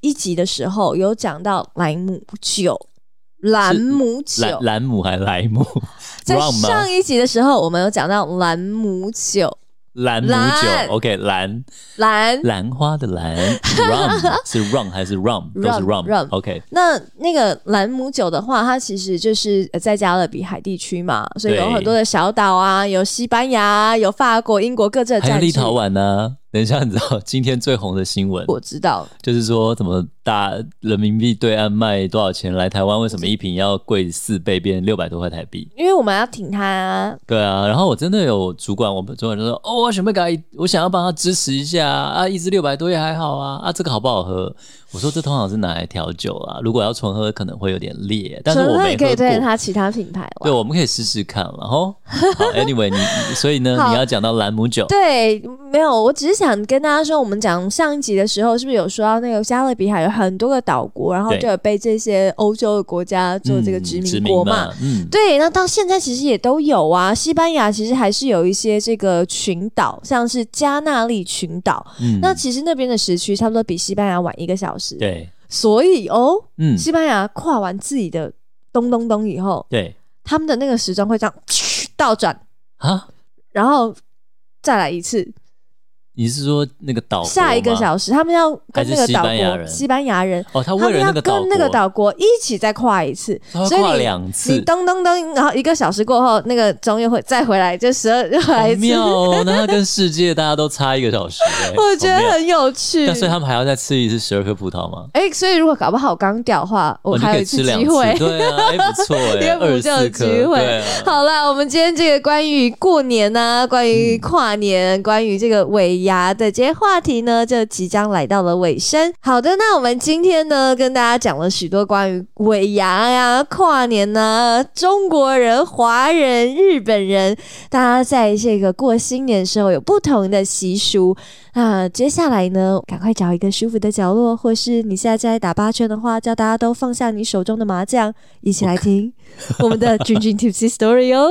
Speaker 2: 一集的时候有讲到莱姆酒。兰姆酒，
Speaker 1: 兰兰姆还莱姆，
Speaker 2: 在上一集的时候我们有讲到兰姆酒。
Speaker 1: 兰姆酒，OK，兰
Speaker 2: 兰
Speaker 1: 兰花的兰 ，rum 是 rum 还是 rum 都是 rum，OK。
Speaker 2: 那那个兰姆酒的话，它其实就是呃在加勒比海地区嘛，所以有很多的小岛啊，有西班牙、有法国、英国各自的
Speaker 1: 还有立陶宛呢、啊。等一下，你知道今天最红的新闻？
Speaker 2: 我知道，
Speaker 1: 就是说怎么大人民币对岸卖多少钱来台湾？为什么一瓶要贵四倍，变六百多块台币？
Speaker 2: 因为我们要挺他、啊。
Speaker 1: 对啊，然后我真的有主管，我们主管就说：“哦，我想不给他，我想要帮他支持一下啊，一支六百多也还好啊，啊，这个好不好喝？”我说：“这通常是拿来调酒啊，如果要纯喝可能会有点烈，但是我们
Speaker 2: 也可以推荐他其他品牌。”
Speaker 1: 对，我们可以试试看然后 好，Anyway，你所以呢，你要讲到兰姆酒？
Speaker 2: 对，没有，我只是想。想跟大家说，我们讲上一集的时候，是不是有说到那个加勒比海有很多个岛国，然后就有被这些欧洲的国家做
Speaker 1: 嗯
Speaker 2: 这个殖民国嘛？嗯，嗯对。那到现在其实也都有啊，西班牙其实还是有一些这个群岛，像是加那利群岛。嗯，那其实那边的时区差不多比西班牙晚一个小时。
Speaker 1: 对，
Speaker 2: 所以哦，嗯，西班牙跨完自己的咚咚咚以后，
Speaker 1: 对，
Speaker 2: 他们的那个时钟会这样倒转
Speaker 1: 啊，
Speaker 2: 然后再来一次。
Speaker 1: 你是说那个岛
Speaker 2: 下一个小时，他们要跟那个岛国西班牙人
Speaker 1: 哦，他为了那个
Speaker 2: 跟那个岛国一起再跨一次，所以
Speaker 1: 跨两次，
Speaker 2: 你噔噔噔，然后一个小时过后，那个钟又会再回来，就十二又来一次。
Speaker 1: 妙哦，那他跟世界大家都差一个小时、欸，
Speaker 2: 我觉得很有趣。
Speaker 1: 但所以他们还要再吃一次十二颗葡萄吗？
Speaker 2: 哎、欸，所以如果搞不好刚掉的话，我还有一次机会、
Speaker 1: 哦吃，对啊，哎、欸、不错 哎，
Speaker 2: 二十
Speaker 1: 四
Speaker 2: 颗。啊、好啦，我们今天这个关于过年啊，关于跨年，嗯、关于这个尾。牙的这些话题呢，就即将来到了尾声。好的，那我们今天呢，跟大家讲了许多关于尾牙呀、跨年呐、啊、中国人、华人、日本人，大家在这个过新年的时候有不同的习俗。那接下来呢，赶快找一个舒服的角落，或是你现在在打八圈的话，叫大家都放下你手中的麻将，一起来听我们的君君 Tipsy Story 哦。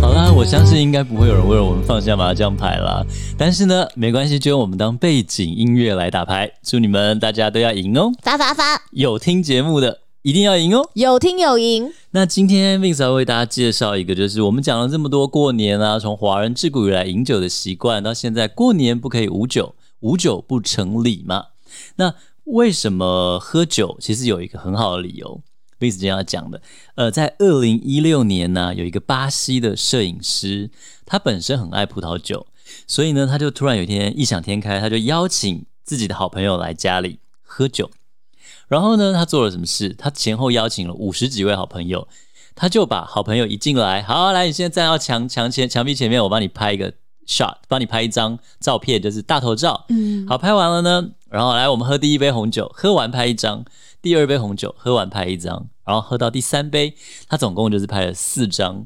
Speaker 1: 好啦，我相信应该不会有人为了我们放下麻将牌啦。但是呢，没关系，就用我们当背景音乐来打牌。祝你们大家都要赢哦！
Speaker 2: 发发发！
Speaker 1: 有听节目的一定要赢哦！
Speaker 2: 有听有赢。
Speaker 1: 那今天 Vince 要为大家介绍一个，就是我们讲了这么多过年啊，从华人自古以来饮酒的习惯，到现在过年不可以无酒，无酒不成礼嘛。那为什么喝酒？其实有一个很好的理由。v i s 今天要讲的，呃，在二零一六年呢、啊，有一个巴西的摄影师，他本身很爱葡萄酒，所以呢，他就突然有一天异想天开，他就邀请自己的好朋友来家里喝酒。然后呢，他做了什么事？他前后邀请了五十几位好朋友，他就把好朋友一进来，好、啊，来，你现在站到墙墙前墙壁前面，我帮你拍一个 shot，帮你拍一张照片，就是大头照。嗯，好，拍完了呢，然后来我们喝第一杯红酒，喝完拍一张。第二杯红酒喝完拍一张，然后喝到第三杯，他总共就是拍了四张。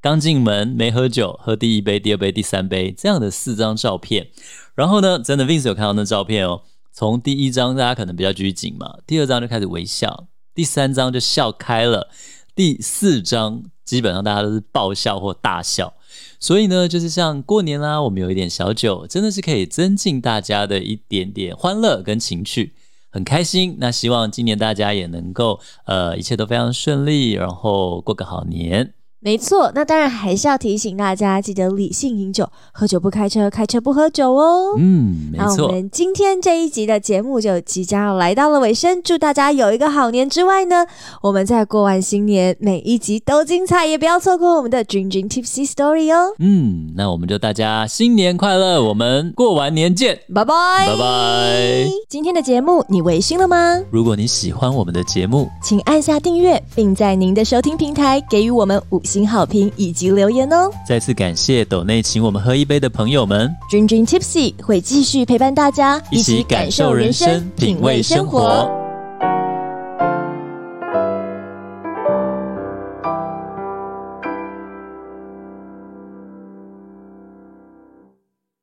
Speaker 1: 刚进门没喝酒，喝第一杯、第二杯、第三杯这样的四张照片。然后呢，真的 Vince 有看到那照片哦。从第一张大家可能比较拘谨嘛，第二张就开始微笑，第三张就笑开了，第四张基本上大家都是爆笑或大笑。所以呢，就是像过年啦、啊，我们有一点小酒，真的是可以增进大家的一点点欢乐跟情趣。很开心，那希望今年大家也能够呃一切都非常顺利，然后过个好年。
Speaker 2: 没错，那当然还是要提醒大家，记得理性饮酒，喝酒不开车，开车不喝酒哦。
Speaker 1: 嗯，没
Speaker 2: 那我
Speaker 1: 错。
Speaker 2: 们今天这一集的节目就即将要来到了尾声，祝大家有一个好年。之外呢，我们在过完新年，每一集都精彩，也不要错过我们的 Dream Dream Tipsy Story 哦。
Speaker 1: 嗯，那我们就大家新年快乐，我们过完年见，
Speaker 2: 拜拜
Speaker 1: 拜拜。
Speaker 2: 今天的节目你微醺了吗？
Speaker 1: 如果你喜欢我们的节目，
Speaker 2: 请按下订阅，并在您的收听平台给予我们五星好评以及留言哦。
Speaker 1: 再次感谢斗内请我们喝一杯的朋友们，
Speaker 2: Dream Dream Tipsy 会继续陪伴大家，
Speaker 1: 一起感受人生，品味生活。